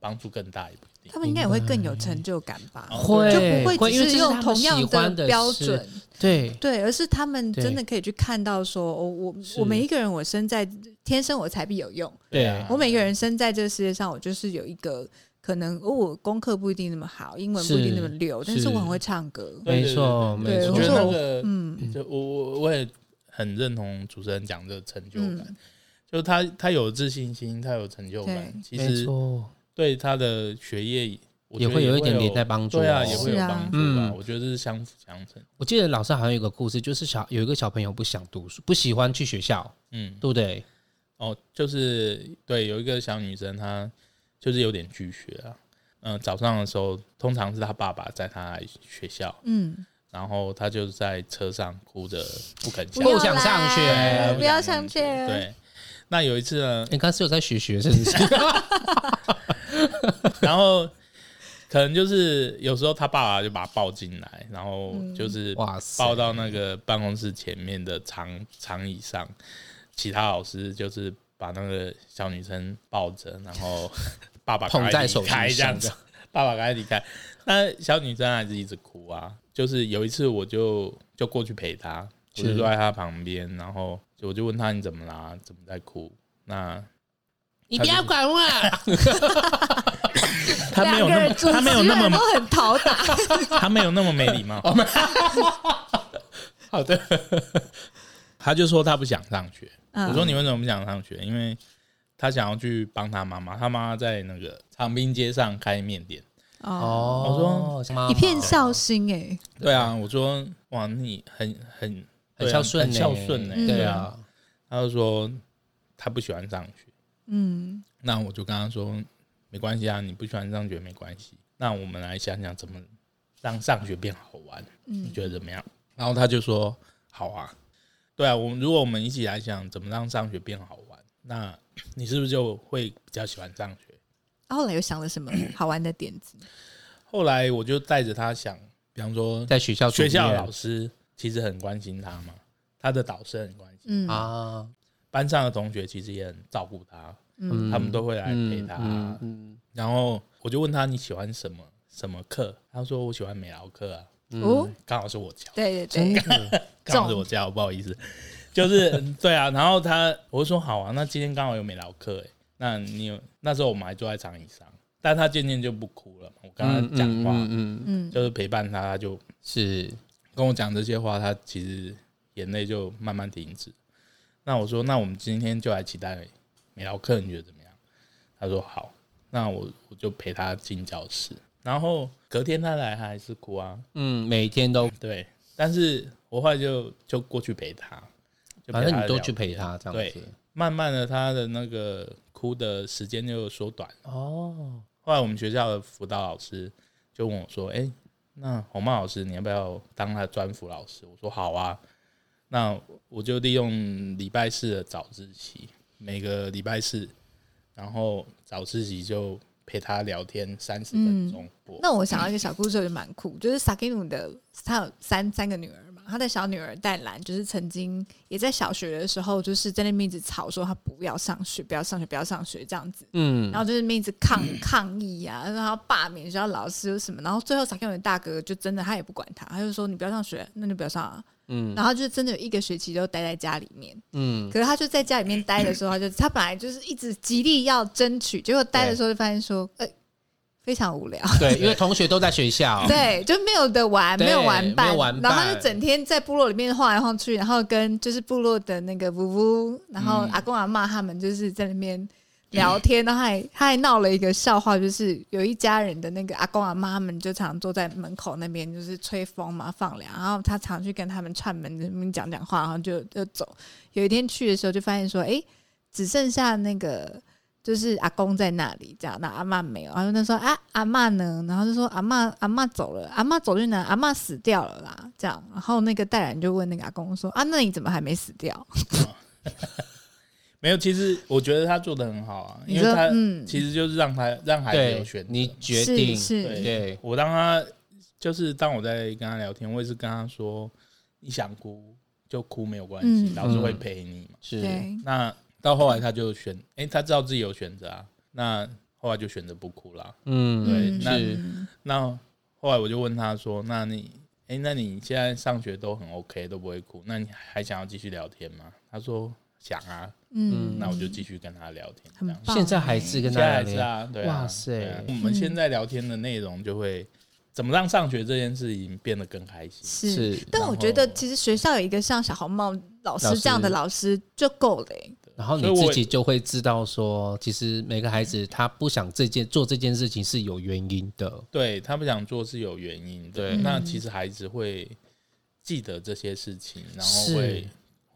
S4: 帮助更大一步。
S1: 他们应该也会更有成就感吧？
S4: 哦
S3: 会
S1: 就不
S3: 会，
S1: 会
S3: 嗯因
S1: 只
S3: 为这
S1: 是
S3: 是
S1: 用
S3: 他们
S1: 同
S3: 喜
S1: 样
S3: 欢的
S1: 标
S3: 事
S1: 准，
S3: 对，
S1: 对，而是他们真的可以去看到说，哦，我
S3: 是
S1: 我每一个人，我生在天生我才必有用，
S3: 对
S4: 啊
S1: 我每个人生在这个世界上，我就是有一个可能，哦我功课不一定那么好，英文不一定那么溜，但是
S3: 是
S1: 我很会唱歌。
S4: 对
S3: 没错
S4: 对
S1: 没
S4: 对对
S1: 错
S4: 我觉得那
S1: 我
S4: 个，
S1: 嗯，
S4: 就我我我也很认同主持人讲这个成就感，
S1: 嗯
S4: 就他他有自信心，他有成就感
S1: 对，
S4: 其
S3: 没
S4: 实
S3: 错，
S4: 对他的学业我觉
S3: 也
S4: 得
S3: 会
S4: 有
S3: 有一点点在帮助哦。
S4: 对啊，也会有
S1: 是啊
S4: 帮助吧。
S3: 嗯
S4: 我觉得这是相辅相成。
S3: 我记得老师好像有一个故事，就是小有一个小朋友不想读书，不喜欢去学校，
S4: 嗯，
S3: 对不对？
S4: 哦，就是对，有一个小女生，她就是有点拒学啊。嗯、早上的时候，通常是她爸爸载她来学校，
S1: 嗯，
S4: 然后她就在车上哭着不肯
S1: 不
S4: 下
S1: 要
S3: 想
S1: 啦
S3: 上
S4: 哎
S3: 学
S1: 不要上学。
S4: 对，那有一次呢，
S3: 你刚是有在学学，是不是？
S4: 然后可能就是有时候他爸爸就把他抱进来，然后就是
S3: 哇塞
S4: 抱到那个办公室前面的长长椅上，其他老师就是把那个小女生抱着，然 后爸爸
S3: 捧
S4: 赶快
S3: 在
S4: 离
S3: 手心
S4: 开这样
S3: 上
S4: 子，爸爸赶快离开。那小女生还是一直哭啊，就是有一次我就就过去陪她，我就是坐在她旁边，然后我就问她你怎么啦，怎么在哭？那
S3: 你
S4: 不要
S3: 管我，
S4: 她没有那
S1: 两
S4: 么
S1: 个主
S4: 她没有那
S1: 持人
S4: 么
S1: 都很讨打，
S4: 她没有那么没礼 貌，
S3: 好 的，
S4: 他就说他不想上学。
S1: 嗯
S4: 我说你为什么不想上学？因为他想要去帮他妈妈，他妈妈在那个长滨街上开面店。
S1: 哦，
S3: 哦，妈妈
S1: 一片孝心哎，
S4: 对啊，我说哇，你很很
S3: 很孝顺
S4: 很
S3: 呢，
S4: 孝顺呢、
S1: 嗯
S3: 对啊，
S4: 他就说他不喜欢上学，
S1: 嗯，
S4: 那我就跟他说没关系啊，你不喜欢上学没关系，那我们来想想怎么让上学变好玩，
S1: 嗯
S4: 你觉得怎么样？然后他就说好啊，对啊，我们如果我们一起来想怎么让上学变好玩，那你是不是就会比较喜欢上学？
S1: 啊后来又想了什么好玩的点子？
S4: 后来我就带着他想，比方说
S3: 嗯在学校
S4: 学校
S3: 主
S4: 的
S3: 任
S4: 老师其实很关心他嘛，他的导师很关心，
S1: 嗯
S3: 啊，
S4: 班上的同学其实也很照顾他，
S1: 嗯
S4: 他们都会来陪他。
S3: 嗯嗯
S4: 然后我就问他你喜欢什么什么课，他说我喜欢美劳课啊，
S3: 嗯
S1: 哦，
S4: 刚好是我教，
S1: 对对
S3: 真
S1: 对，
S3: 的，
S4: 刚好是我教，不好意思， 就是嗯对啊。然后他我就说好啊，那今天刚好有美劳课、欸，那你有那时候我们还坐在长椅上，但他渐渐就不哭了嘛，我跟他讲话。
S3: 嗯嗯，嗯
S1: 嗯，
S4: 就是陪伴他，他就是跟我讲这些话，他其实眼泪就慢慢停止。那我说，那我们今天就来期待美劳课，你觉得怎么样？他说好，那我我就陪他进教室。然后隔天他来，他还是哭啊，
S3: 嗯，每天都，
S4: 对。但是我后来就就过去陪他，就陪他
S3: 反正你都
S4: 聊
S3: 去陪他这样
S4: 对
S3: 子。
S4: 慢慢的他的那个哭的时间就缩短。
S3: 哦，
S4: 后来我们学校的辅导老师就问我说：“哎、那红帽老师，你要不要当他的专辅老师？”我说：“好啊。”那我就利用礼拜四的早自习，每个礼拜四，然后早自习就陪他聊天三十分钟。我
S1: 嗯那我想到一个小故事，我觉得蛮
S3: 嗯
S1: 酷，就是萨基努的，他有三三个女儿嘛，他的小女儿戴兰，就是曾经也在小学的时候，就是在那边一直吵说她不要上学，不要上学，不要上学这样子，
S3: 嗯
S1: 然后就是那边一直抗抗议啊，然后罢免学校老师什么，然后最后萨基努的大哥就真的他也不管他，他就说你不要上学，那就不要上啊，
S3: 嗯
S1: 然后就真的有一个学期都待在家里面，
S3: 嗯，
S1: 可是他就在家里面待的时候，他就他本来就是一直极力要争取，结果待的时候就发现说，呃、非常无聊。
S3: 对，因为同学都在学 校，
S1: 对，就没有的玩，
S3: 对
S1: 没有玩伴，
S3: 没有玩
S1: 然
S3: 伴
S1: 后他就整天在部落里面晃来晃去，然后跟就是部落的那个呜呜，然后
S4: 嗯
S1: 阿公阿妈他们就是在那边聊天，然后还他还闹了一个笑话，就是有一家人的那个阿公阿妈他们就常坐在门口那边就是吹风嘛放凉，然后他常去跟他们串门那边讲讲话，然后就就走。有一天去的时候就发现说，哎，只剩下那个。就是阿公在那里这样，那阿嬷没有，然后他说啊阿嬷呢，然后就说阿嬷阿嬷走了，阿嬷走去哪？阿嬷死掉了啦，这样，然后那个戴然就问那个阿公说啊，那你怎么还没死掉？
S4: 没有，其实我觉得他做的很好啊，
S1: 你
S4: 因为
S1: 说
S4: 他
S1: 嗯
S4: 其实就是让他让孩子有
S3: 对
S4: 选，择。
S3: 你决
S1: 是
S3: 定
S1: 是
S3: 对，
S4: 我当他就是当我在跟他聊天，我也是跟他说，你想哭就哭没有关系，
S1: 嗯
S4: 老师会陪你嘛。
S3: 是
S1: 对，
S4: 那到后来他就选，哎、他知道自己有选择啊，那后来就选择不哭啦。
S3: 嗯
S4: 对
S1: 嗯
S4: 那
S3: 是
S4: 那后来我就问他说，那你，哎、那你现在上学都很 OK，都不会哭，那你还想要继续聊天吗？他说想啊，
S1: 嗯，
S4: 那我就继续跟他聊天，这
S1: 很
S4: 样。
S1: 棒，欸
S3: 现在还是跟
S4: 现
S3: 大家
S4: 在还是
S3: 聊，
S4: 啊，对
S3: 嗯
S4: 啊，
S3: 哇塞
S4: 对啊我们现在聊天的内容就会怎么让上学这件事情变得更开心。
S1: 是
S3: 是，
S1: 但
S4: 然
S1: 我觉得
S4: 后
S1: 其实学校有一个像小红帽老
S3: 老
S1: 师
S3: 师
S1: 这样的老师就够了、欸。
S3: 然后
S4: 所以
S3: 你
S4: 我
S3: 自己就会知道说，其实每个孩子他不想这件做这件事情是有原因的，
S4: 对他不想做是有原因的，
S3: 对
S4: 那
S1: 嗯
S4: 其实孩子会记得这些事情，然后
S3: 是
S4: 会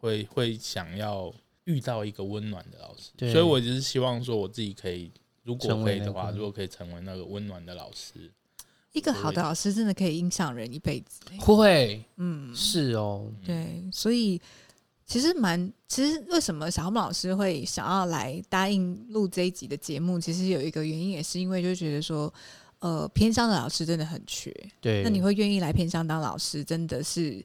S4: 会会想要遇到一个温暖的老师，
S3: 对
S4: 所以我只是希望说我自己可以，如果
S3: 成
S4: 可
S3: 为
S4: 以的
S3: 那
S4: 话，
S3: 个
S4: 如果可以成为那个温暖的老师，
S1: 一个好的老师真的可以影响人一辈子、欸。
S3: 会
S1: 嗯，
S3: 是哦，
S1: 对，所以其实蛮，其实为什么小红帽老师会想要来答应录这一集的节目，其实有一个原因，也是因为就觉得说，呃，偏乡的老师真的很缺。
S3: 对，
S1: 那你会愿意来偏乡当老师，真的是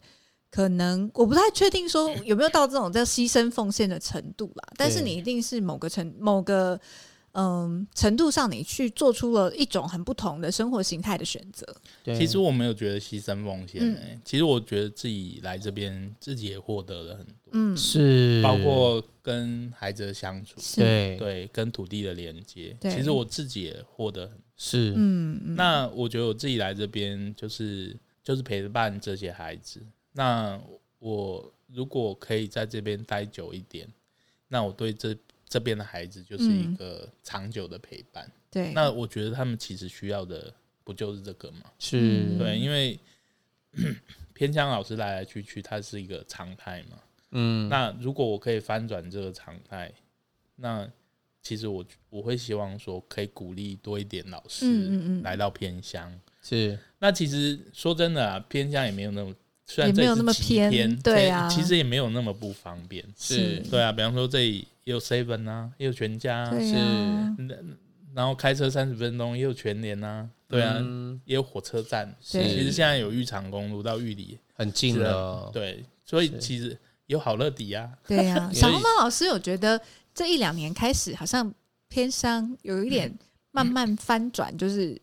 S1: 可能我不太确定说有没有到这种叫牺牲奉献的程度啦，但是你一定是某个程某个嗯程度上，你去做出了一种很不同的生活形态的选择。
S3: 对
S4: 其实我没有觉得牺牲奉献、
S1: 嗯
S4: 欸，其实我觉得自己来这边，自己也获得了很多，
S1: 嗯，
S3: 是
S4: 包括跟孩子的相处，
S1: 是，
S3: 对
S4: 对，跟土地的连接，
S1: 对
S4: 其实我自己也获得很
S3: 是
S1: 嗯，嗯
S4: 那我觉得我自己来这边就是就是陪伴这些孩子。那我如果可以在这边待久一点，那我对这这边的孩子就是一
S1: 嗯
S4: 个长久的陪伴。
S1: 对，
S4: 那我觉得他们其实需要的不就是这个吗？
S3: 是
S1: 嗯，
S4: 对，因为 偏向老师来来去去，它是一个常态嘛。
S3: 嗯，
S4: 那如果我可以翻转这个常态，那其实我我会希望说，可以鼓励多一点老
S1: 嗯
S4: 师
S1: 嗯嗯，
S4: 来到偏乡。
S3: 是
S4: 那其实说真的啊，偏乡也没有那么，虽
S1: 也
S4: 然
S1: 没有那么偏
S4: 偏，
S1: 对啊
S4: 其实也没有那么不方便。
S3: 是
S4: 对啊，比方说这里也有 seven 啊，也有全家、啊，
S1: 对
S3: 是
S1: 呀，
S4: 然后开车三十分钟也有全联啊，对啊，
S3: 嗯
S4: 也有火车站。
S1: 对
S4: 其实
S3: 是
S4: 现在有玉长公路到玉里，
S3: 很近
S4: 是啊
S3: 了，
S4: 对，所以
S3: 是
S4: 其实有好乐迪啊，
S1: 对呀。
S3: 所以
S1: 小红帽老师，我觉得这一两年开始，好像偏乡有一点慢慢翻转，就是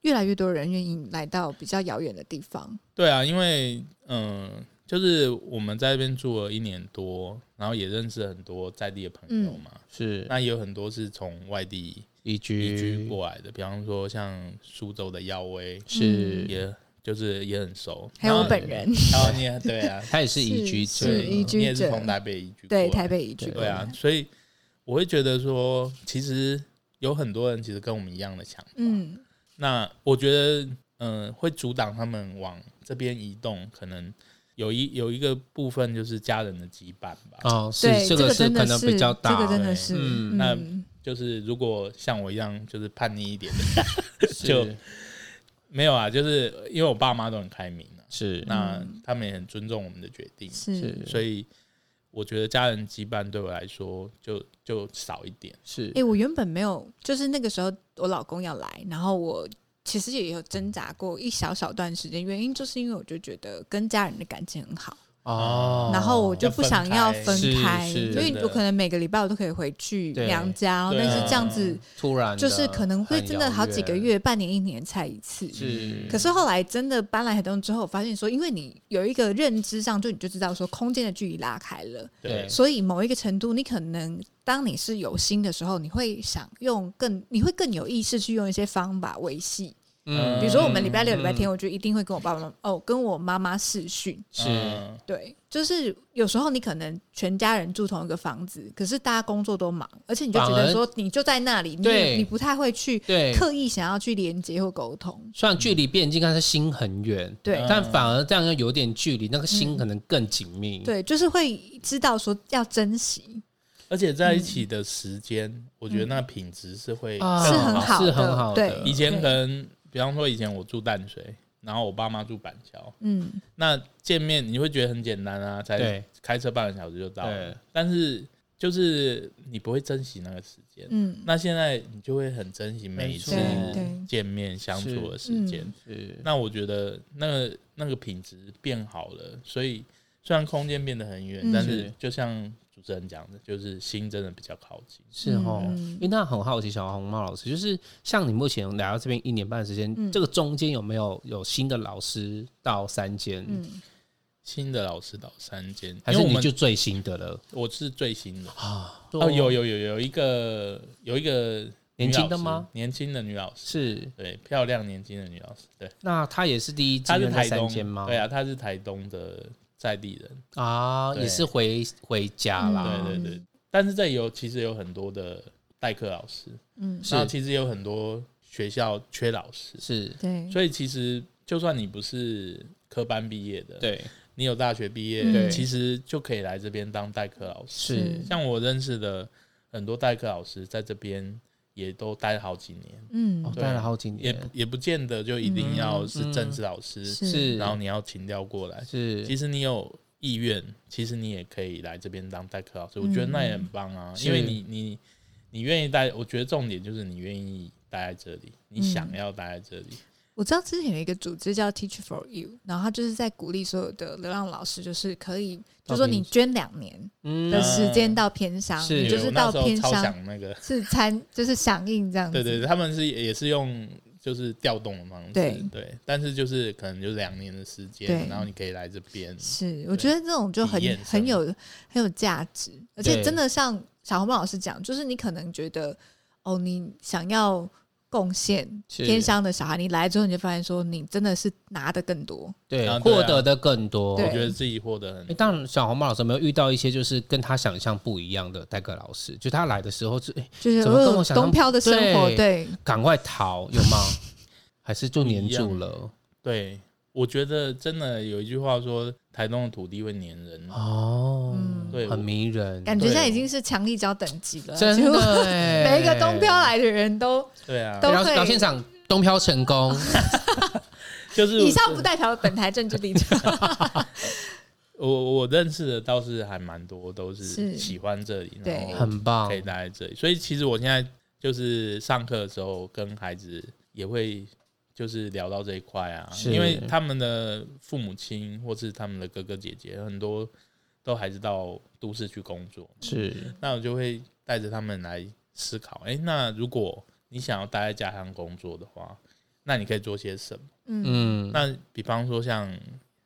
S1: 越来越多人愿意来到比较遥远的地方。
S4: 对啊，因为嗯、呃就是我们在这边住了一年多，然后也认识很多在地的朋友
S1: 嗯
S4: 嘛，
S3: 是
S4: 那也有很多是从外地。
S3: 移居
S4: 移居过来的，比方说像苏州的耀威，
S3: 是，
S4: 也就是也很熟，
S1: 还有我
S4: 然后
S1: 本人，
S4: 然后你也对啊
S3: 他也是移居
S1: 是
S3: 者
S4: 对
S1: 移居
S4: 你也是
S1: 者
S4: 从台北移居过
S1: 对
S4: 来，
S1: 台北移居
S3: 对
S1: 过
S4: 对
S1: 来，
S4: 啊，所以我会觉得说，其实有很多人其实跟我们一样的想法，
S1: 嗯，
S4: 那我觉得嗯、呃会阻挡他们往这边移动，可能有一有一个部分就是家人的羁绊吧，
S3: 哦，
S1: 对，
S3: 是这
S1: 个
S3: 个
S1: 真
S3: 可
S1: 的
S3: 能
S1: 是
S3: 比较
S1: 这个
S3: 大，
S1: 真的
S4: 对
S1: 是，
S3: 嗯
S4: 那就是如果像我一样就是叛逆一点的，就是没有啊，就是因为我爸妈都很开明啊。
S3: 是
S4: 那
S1: 嗯
S4: 他们也很尊重我们的决定，
S1: 是。
S4: 所以我觉得家人羁绊对我来说就就少一点。
S3: 是
S1: 哎、我原本没有，就是那个时候我老公要来，然后我其实也有挣扎过一小小段时间，原因就是因为我就觉得跟家人的感情很好，
S3: 哦，
S1: 然后我就
S4: 要
S1: 不
S4: 分
S1: 想要
S4: 开
S1: 分
S3: 是
S1: 开，
S3: 是
S1: 因
S4: 真
S1: 为
S4: 的
S1: 我可能每个礼拜我都可以回去
S3: 对
S1: 娘家哦，
S4: 对
S1: 但是这样
S4: 啊
S1: 子
S3: 突然
S1: 就是
S3: 的
S1: 可能会
S3: 很
S1: 真的
S3: 遥
S1: 好几个
S3: 远
S1: 月、半年、一年才一次。
S3: 是，
S1: 可是后来真的搬来台东之后，我发现说，因为你有一个认知上，就你就知道说空间的距离拉开了，
S3: 对
S1: 所以某一个程度，你可能当你是有心的时候，你会想用更，你会更有意识去用一些方法维系。
S4: 嗯
S1: 比如说，我们礼拜六、
S3: 嗯
S1: 礼拜天，我就一定会跟我爸爸妈妈哦，跟我妈妈视讯。
S3: 是
S4: 嗯
S1: 对，就是有时候你可能全家人住同一个房子，可是大家工作都忙，而且你就觉
S3: 反
S1: 得
S3: 而
S1: 说你就在那里，你也
S3: 对
S1: 你不太会去
S3: 对，
S1: 刻意想要去连接或沟通。
S3: 虽然距离变近，但是心很远，
S1: 对嗯
S3: 但反而这样要有点距离，那个心可能更紧密，
S1: 对，就是会知道说要珍惜，
S4: 而且在一起的时间，我觉得那品质是会
S3: 啊
S1: 是
S4: 更
S1: 很好的，
S3: 是很好的
S1: 对，
S4: 以前
S1: 对
S4: 可能，比方说以前我住淡水，然后我爸妈住板桥，
S1: 嗯，
S4: 那见面你会觉得很简单啊，才
S3: 对
S4: 开车半个小时就到
S3: 对
S4: 了。但是就是你不会珍惜那个时间，
S1: 嗯，
S4: 那现在你就会很珍惜每一次
S3: 没
S1: 错对对
S4: 见面相处的时间。
S3: 是
S4: 那我觉得那个那个品质变好了，所以虽然空间变得很远，
S1: 嗯
S4: 但是
S3: 是
S4: 就像主持人讲的，就是心真的比较靠近。
S3: 是哦，
S1: 嗯
S3: 因为那很好奇，小红帽老师，就是像你目前来到这边一年半的时间，
S1: 嗯
S3: 这个中间有没有有新的老师到三间，
S1: 嗯
S4: 新的老师到三间，
S3: 还是
S4: 因为我
S3: 你
S4: 们
S3: 就最新的了
S4: 我是最新的
S3: 啊？
S4: 哦，有有有有一个有一个女
S3: 年轻
S4: 老
S3: 的
S4: 师
S3: 吗？？
S4: 年轻的女老师，
S3: 是，
S4: 对，漂亮年轻的女老师，对，
S3: 那他也是第一志
S4: 她是
S3: 愿在
S4: 台
S3: 三
S4: 东
S3: 间吗？
S4: 对啊，她是台东的在地人，
S3: 啊，
S4: 对
S3: 也是回回家啦。
S4: 对对
S1: 嗯
S4: 对。但是这有其实有很多的代课老师，
S1: 嗯，
S3: 是
S4: 然后其实有很多学校缺老师，
S3: 是，
S1: 对，
S4: 所以其实就算你不是科班毕业的，
S3: 对，
S4: 你有大学毕
S1: 嗯对
S4: 业，其实就可以来这边当代课老师。
S3: 是
S1: 是
S4: 像我认识的很多代课老师，在这边也都待了好几年，
S1: 嗯
S3: 哦，
S4: 对
S3: 待了好几
S4: 也
S3: 年，
S4: 也不见得就一定要
S3: 嗯
S4: 是正式老师，
S1: 是
S3: 是，
S4: 然后你要请调过来。
S3: 是
S4: 其实你有意愿，其实你也可以来这边当代课老师，我觉得
S1: 嗯
S4: 那也很棒啊，
S3: 是
S4: 因为你你你愿意待，我觉得重点就是你愿意待在这里，
S1: 嗯
S4: 你想要待在这里，
S1: 我知道之前有一个组织叫 Teach for You，然后他就是在鼓励所有的流浪老师，就是可以，就说你捐两年
S3: 嗯
S1: 的时间到偏乡，
S3: 是
S1: 你
S4: 对
S1: 就是
S4: 我那
S1: 到
S4: 时候
S1: 偏
S4: 超
S1: 乡
S4: 想那个，
S1: 是参，就是响应这样子。
S4: 对对对，他们是也是用就是调动的方式，
S1: 对
S4: 但是就是可能就两年的时间
S1: 对，
S4: 然后你可以来这边，
S1: 是，我觉得这种就很
S4: 体验
S1: 很
S4: 上
S1: 有很有价值，而且
S3: 对
S1: 真的像小红帽老师讲，就是你可能觉得哦，你想要贡献
S3: 是
S1: 天商的小孩，你来之后你就发现说，你真的是拿的更多，
S3: 对
S4: 啊对啊
S3: 获得的更多。
S1: 对
S4: 我觉得自己获得很
S3: 诶当然，小红帽老师有没有遇到一些就是跟他想象不一样的代课老师？就他来的时候是诶
S1: 就是
S3: 怎么跟我
S1: 呃
S3: 想象
S1: 东漂的生活，
S3: 对
S1: 对，
S3: 赶、快逃，有 吗？还是就黏住
S4: 不一
S3: 了？
S4: 对。我觉得真的有一句话说，台东的土地会黏人，
S3: 哦，
S1: 嗯
S4: 对
S3: 很迷人，
S1: 感觉现在已
S4: 对
S1: 经是强力胶等级了，
S3: 真
S1: 几乎
S3: 的
S1: 每一个东漂来的人都
S4: 对啊，
S1: 都
S3: 然后
S1: 会
S3: 然后现场东漂成 功，
S4: 就是
S1: 以上不代表本台政治立场，
S4: 我我认识的倒是还蛮多，都是
S1: 是
S4: 喜欢这里，
S1: 对
S4: 然后
S3: 很棒
S4: 可，以待在这里。所以其实我现在就是上课的时候跟孩子也会就是聊到这一块啊，
S3: 是
S4: 因为他们的父母亲或是他们的哥哥姐姐很多都还是到都市去工作，
S3: 是
S4: 那我就会带着他们来思考，诶，那如果你想要待在家乡工作的话，那你可以做些什么？
S1: 嗯
S3: 嗯，
S4: 那比方说像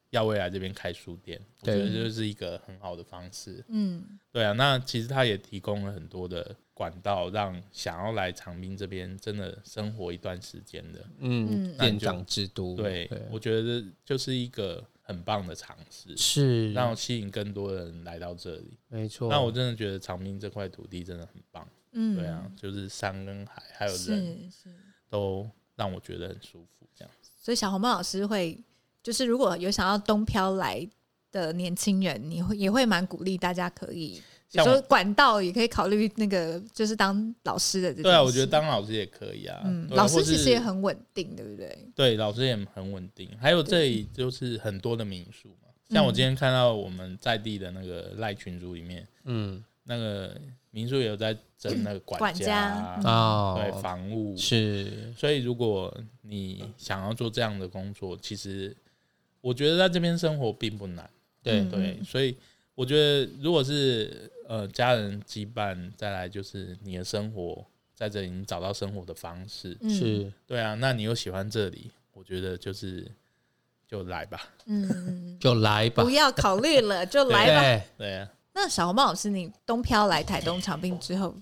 S4: 耀未来这边开书店，我觉
S3: 对
S4: 得就是一个很好的方式。
S1: 嗯，
S4: 对啊，那其实它也提供了很多的管道，让想要来长滨这边真的生活一段时间的，
S3: 嗯，
S1: 嗯
S3: 店长之都，
S4: 对，
S1: 啊
S4: 我觉得就是一个很棒的尝试，
S3: 是，
S4: 让吸引更多人来到这里。
S3: 没错。
S1: 啊
S4: 那我真的觉得长滨这块土地真的很棒，
S1: 嗯，
S4: 对啊，就是山跟海还有
S1: 是
S4: 人
S1: 是。
S4: 都让我觉得很舒服，这样。
S1: 所以小红帽老师会，就是如果有想要东漂来的年轻人，你会也会蛮鼓励大家可以，比如
S4: 像
S1: 说
S4: 我
S1: 管道也可以考虑那个，就是当老师的这件事。
S4: 对啊，我觉得当老师也可以啊，
S1: 嗯，
S4: 对啊
S1: 老师
S4: 或
S1: 其
S4: 是
S1: 实也很稳定，对不对？
S4: 对，老师也很稳定。还有这里就是很多的民宿嘛，像我
S1: 嗯
S4: 今天看到我们在地的那个赖群组里面，
S3: 嗯
S4: 那个民宿也有在争那个
S1: 管
S4: 家
S1: 家
S4: 啊，对
S3: 哦，
S4: 房务。
S3: 是
S4: 所以如果你想要做这样的工作，其实我觉得在这边生活并不难。
S3: 对
S1: 嗯
S4: 对，所以我觉得如果是呃家人羁绊，再来就是你的生活在这里，你找到生活的方式，
S1: 嗯，
S3: 是
S4: 对啊，那你又喜欢这里，我觉得就是就来吧，
S1: 嗯，嗯，嗯
S3: 就来吧
S1: 不，要考虑了，就来吧。
S3: 对，
S4: 对啊，
S1: 那小红帽老师，你东漂来台东长滨之后，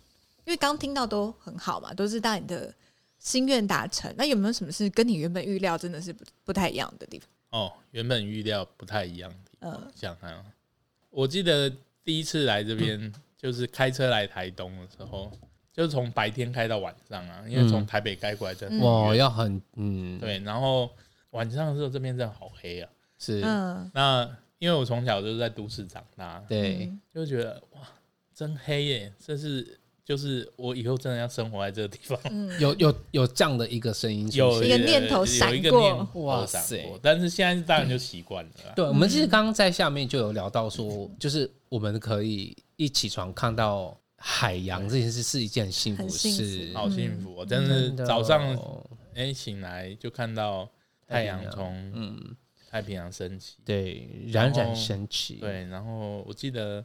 S1: 因为刚听到都很好嘛，都知道你的心愿达成，那有没有什么是跟你原本预料真的是不不太一样的地方？
S4: 哦，原本预料不太一样，
S3: 呃
S1: 嗯
S4: 想看啊，我记得第一次来这 边就是开车来台东的时候，就是从白天开到晚上啊，因为从
S3: 嗯
S4: 台北开过来真的很
S3: 哇，
S4: 远，
S3: 要很嗯，，
S4: 对，然后晚上的时候这边真的好黑啊，
S3: 是，
S1: 嗯，
S4: 那因为我从小就是在都市长大，
S1: 嗯
S3: 对，
S4: 就觉得哇，真黑耶！这是就是我以后真的要生活在这个地方。
S1: 嗯，
S3: 有有有这样的一个声音出
S4: 有
S1: 一
S3: 现，
S1: 个念头闪
S4: 有一个
S1: 过
S4: 念头
S3: 哇
S4: 闪
S3: 塞
S4: 过，但是现在当然就习惯了啦。
S3: 对，我们其实
S4: 嗯
S3: 刚刚在下面就有聊到说，就是我们可以一起床看到海洋这件事是一件很幸福的
S1: 很幸
S3: 事
S1: 福，
S4: 好幸福、哦，真
S3: 真
S4: 是
S3: 的
S4: 早上
S1: 哦
S4: 哎、醒来就看到太阳
S3: 太平洋
S4: 从
S3: 嗯，
S4: 太平洋升起，
S3: 对，冉
S4: 然后
S3: 冉升起，，
S4: 哦对，然后我记得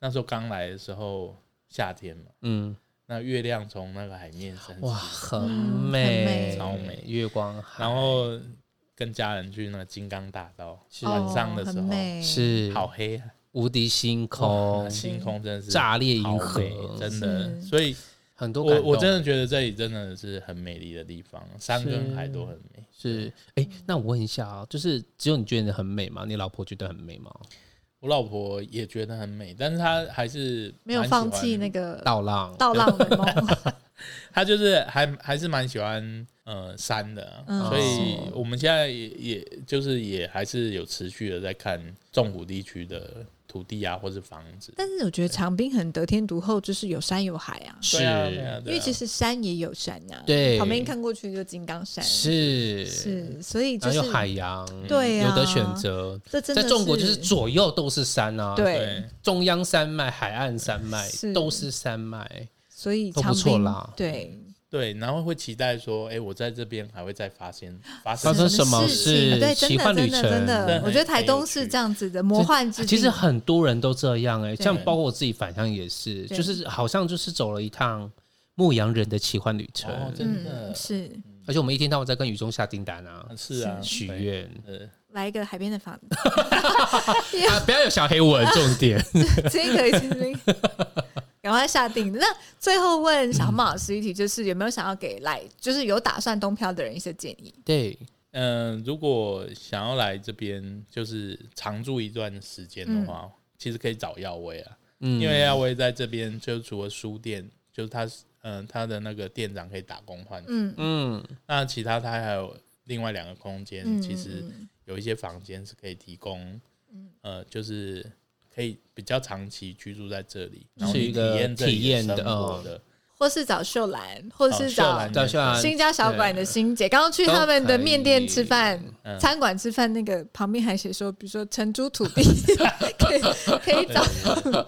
S4: 那时候刚来的时候夏天嘛，
S3: 嗯，
S4: 那月亮从那个海面升
S3: 哇，
S4: 起，
S3: 很
S1: 嗯很
S3: 美，
S1: 美
S4: 超美
S3: 月光海，
S4: 然后跟家人去那个金刚大道，
S3: 是
S1: 哦
S4: 晚上的时
S1: 很
S4: 候
S1: 美，
S3: 是
S4: 好黑啊，
S3: 无敌星
S4: 哇
S3: 空，
S4: 星空真的是
S3: 炸裂
S4: 好
S3: 银
S4: 美，
S3: 河，
S4: 真的，
S1: 是
S4: 所以
S3: 很多感
S4: 我
S3: 动
S4: 我真的觉得这里真的是很美丽的地方，山跟海都很美。
S3: 是，哎，那我问一下啊，就是只有你觉得很美吗？你老婆觉得很美吗？
S4: 我老婆也觉得很美，但是她还是
S1: 没有
S4: 蛮喜
S1: 放弃
S4: 欢
S1: 那个
S3: 倒浪，
S1: 呃倒浪的梦，
S4: 他就是还还是蛮喜欢呃山的啊、
S1: 嗯
S4: 所以我们现在也也就是也还是有持续的在看中湖地区的土地啊，或是房子。
S1: 但是我觉得长滨很得天独厚，就是有山有海啊，
S3: 是
S4: 对啊对啊
S1: 因为其实
S4: 实
S1: 山也有山啊，
S3: 对
S1: 旁边看过去就金刚山，
S3: 是，
S1: 是，所以就
S3: 然后
S1: 是
S3: 有海洋，
S1: 对啊
S3: 有的选择。
S1: 这真的
S3: 在中国就是左右都是山啊，
S1: 对
S4: 对，
S3: 中央山脉、海岸山脉
S1: 是
S3: 都是山脉，
S1: 所以
S3: 都不
S1: 长滨
S3: 错啦
S1: 对，
S4: 对，然后会期待说，哎、我在这边还会再发现发
S3: 发生
S4: 生什
S3: 什么
S1: 事情？
S3: 事
S1: 对，
S3: 奇
S1: 真的
S3: 幻旅
S1: 真的真
S3: 程
S1: 的
S4: 对，
S1: 我觉得台东是这样子的魔幻之地。
S3: 其实很多人都这样哎、
S1: 对
S3: 像包括我自己返乡也是，
S1: 对
S3: 就是好像就是走了一趟牧羊人的奇幻旅程，
S4: 哦真的
S1: 嗯，是
S3: 而且我们一天到晚在跟宇宙下订单啊、
S4: 么是啊，
S3: 许
S4: 对。
S3: 愿
S4: 呃，
S1: 来一个海边的房子，
S3: 啊，不要有小黑文，重点
S1: 这个已 经赶快下定。那最后问
S3: 嗯
S1: 小马老师一题，就是有没有想要给来，就是有打算东漂的人一些建议？
S3: 对，
S4: 嗯、如果想要来这边就是常住一段时间的话，
S1: 嗯
S4: 其实可以找耀威啊，
S3: 嗯
S4: 因为耀威在这边就除了书店，就是他嗯、他的那个店长可以打工换
S1: 嗯，
S3: 嗯
S4: 那其他它还有另外两个空间，
S1: 嗯
S4: 其实
S1: 嗯
S4: 有一些房间是可以提供，呃，就是可以比较长期居住在这里，然后
S3: 是
S4: 你
S3: 一个
S4: 验这里
S3: 体验
S4: 生
S3: 的
S4: 活
S3: 嗯
S4: 的，
S1: 或是找秀兰，或
S4: 哦
S1: 是
S4: 秀
S1: 找
S4: 兰
S3: 找秀兰
S1: 新家小馆的欣姐，刚刚去他们的面店吃饭
S4: 嗯、
S1: 餐馆吃饭，那个旁边还写说，比如说承租土地， 可以可以找，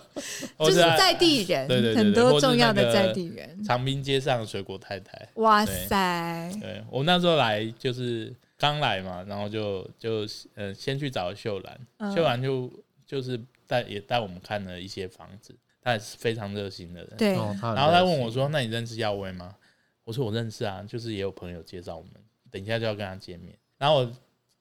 S4: 或
S1: 就是
S4: 是在
S1: 在地人
S4: 对对，对
S1: 很
S4: 对
S1: 多
S4: 或是
S1: 重要
S4: 那
S1: 的
S4: 个
S1: 在地人。
S4: 长滨街上的水果太太。
S1: 哇塞，
S4: 对我那时候来就是刚来嘛，然后就就呃先去找秀兰，
S1: 嗯
S4: 秀兰就就是带也带我们看了一些房子，她也是非常热心的人。
S1: 对，
S3: 哦他很
S4: 然后他问
S3: 热
S4: 我说：“那你认识耀威吗？”我说：“我认识啊，就是也有朋友介绍我们，等一下就要跟他见面。”然后我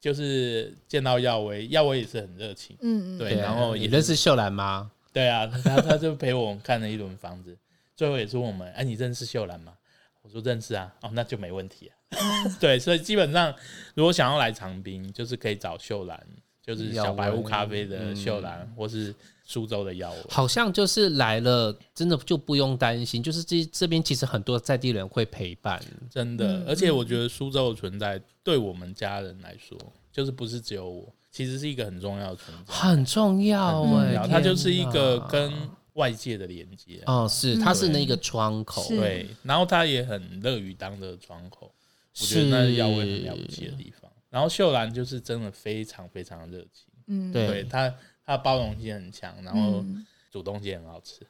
S4: 就是见到耀威，耀威也是很热情，
S1: 嗯嗯，
S4: 对
S3: 心对啊，
S4: 然后也
S3: 你
S4: 是
S3: 认识秀兰吗？
S4: 对啊，他他就陪我们看了一轮房子，最后也是问我们：“哎、你认识秀兰吗？”我说：“认识啊。”哦，那就没问题啊。 对，所以基本上如果想要来长滨，就是可以找秀兰，就是小白屋咖啡的秀兰，或是苏州的耀威。
S3: 嗯好像就是来了，真的就不用担心，就是这这边其实很多在地人会陪伴，
S4: 真的，
S1: 嗯
S4: 而且我觉得苏州的存在对我们家人来说，就是不是只有我，其实是一个很重要的存在。
S3: 很重
S1: 欸
S3: 要
S4: 很重
S3: 哎、
S4: 要
S3: 天
S4: 它就是一个
S3: 哪
S4: 跟外界的连接啊、
S3: 哦，是，它是
S4: 对
S3: 那一个窗口，
S1: 是
S4: 对，然后他也很乐于当这个窗口，我觉得那是耀威很了不起的地方。然后秀兰就是真的非常非常热情，
S1: 嗯，
S3: 对
S4: 对哦她她包容性很强，然后
S1: 嗯
S4: 煮东西很好吃。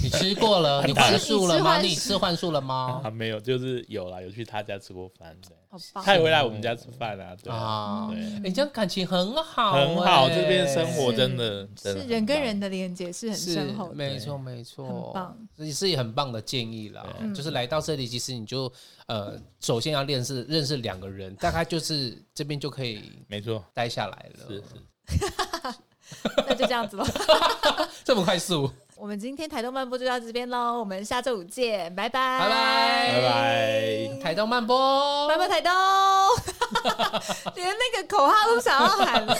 S3: 你吃过 了，你
S1: 大
S3: 换素了吗？
S1: 你
S3: 你
S1: 吃
S3: 吃换素了
S1: 哦
S3: 吗
S4: 啊，？没有，就是有啦，有去她家吃过饭，对，
S1: 好棒
S4: 她，也会来我们家吃饭啊， 对
S1: 哦
S4: 啊，
S3: 啊，
S4: 对。
S1: 哎
S3: 你这样感情很好欸，
S4: 很好，这边生活真的真的
S1: 是
S4: 很
S1: 人跟
S4: 棒
S1: 人的连接是很
S3: 是
S1: 深厚的，
S3: 没错没错，
S1: 很棒，
S3: 这是很棒的建议啦。就是来到这里，其实你就呃，首先要认识认识两个人，大概就是这边就可以
S4: 没错，
S3: 待下来了，
S4: 是是，
S1: 那就这样子喽。
S3: 这么快速，
S1: 我们今天台东漫播就到这边喽，我们下周五见，拜拜，
S3: 拜拜
S4: 拜拜。
S3: 台东慢播，
S1: 拜拜台东，连那个口号都想要喊了。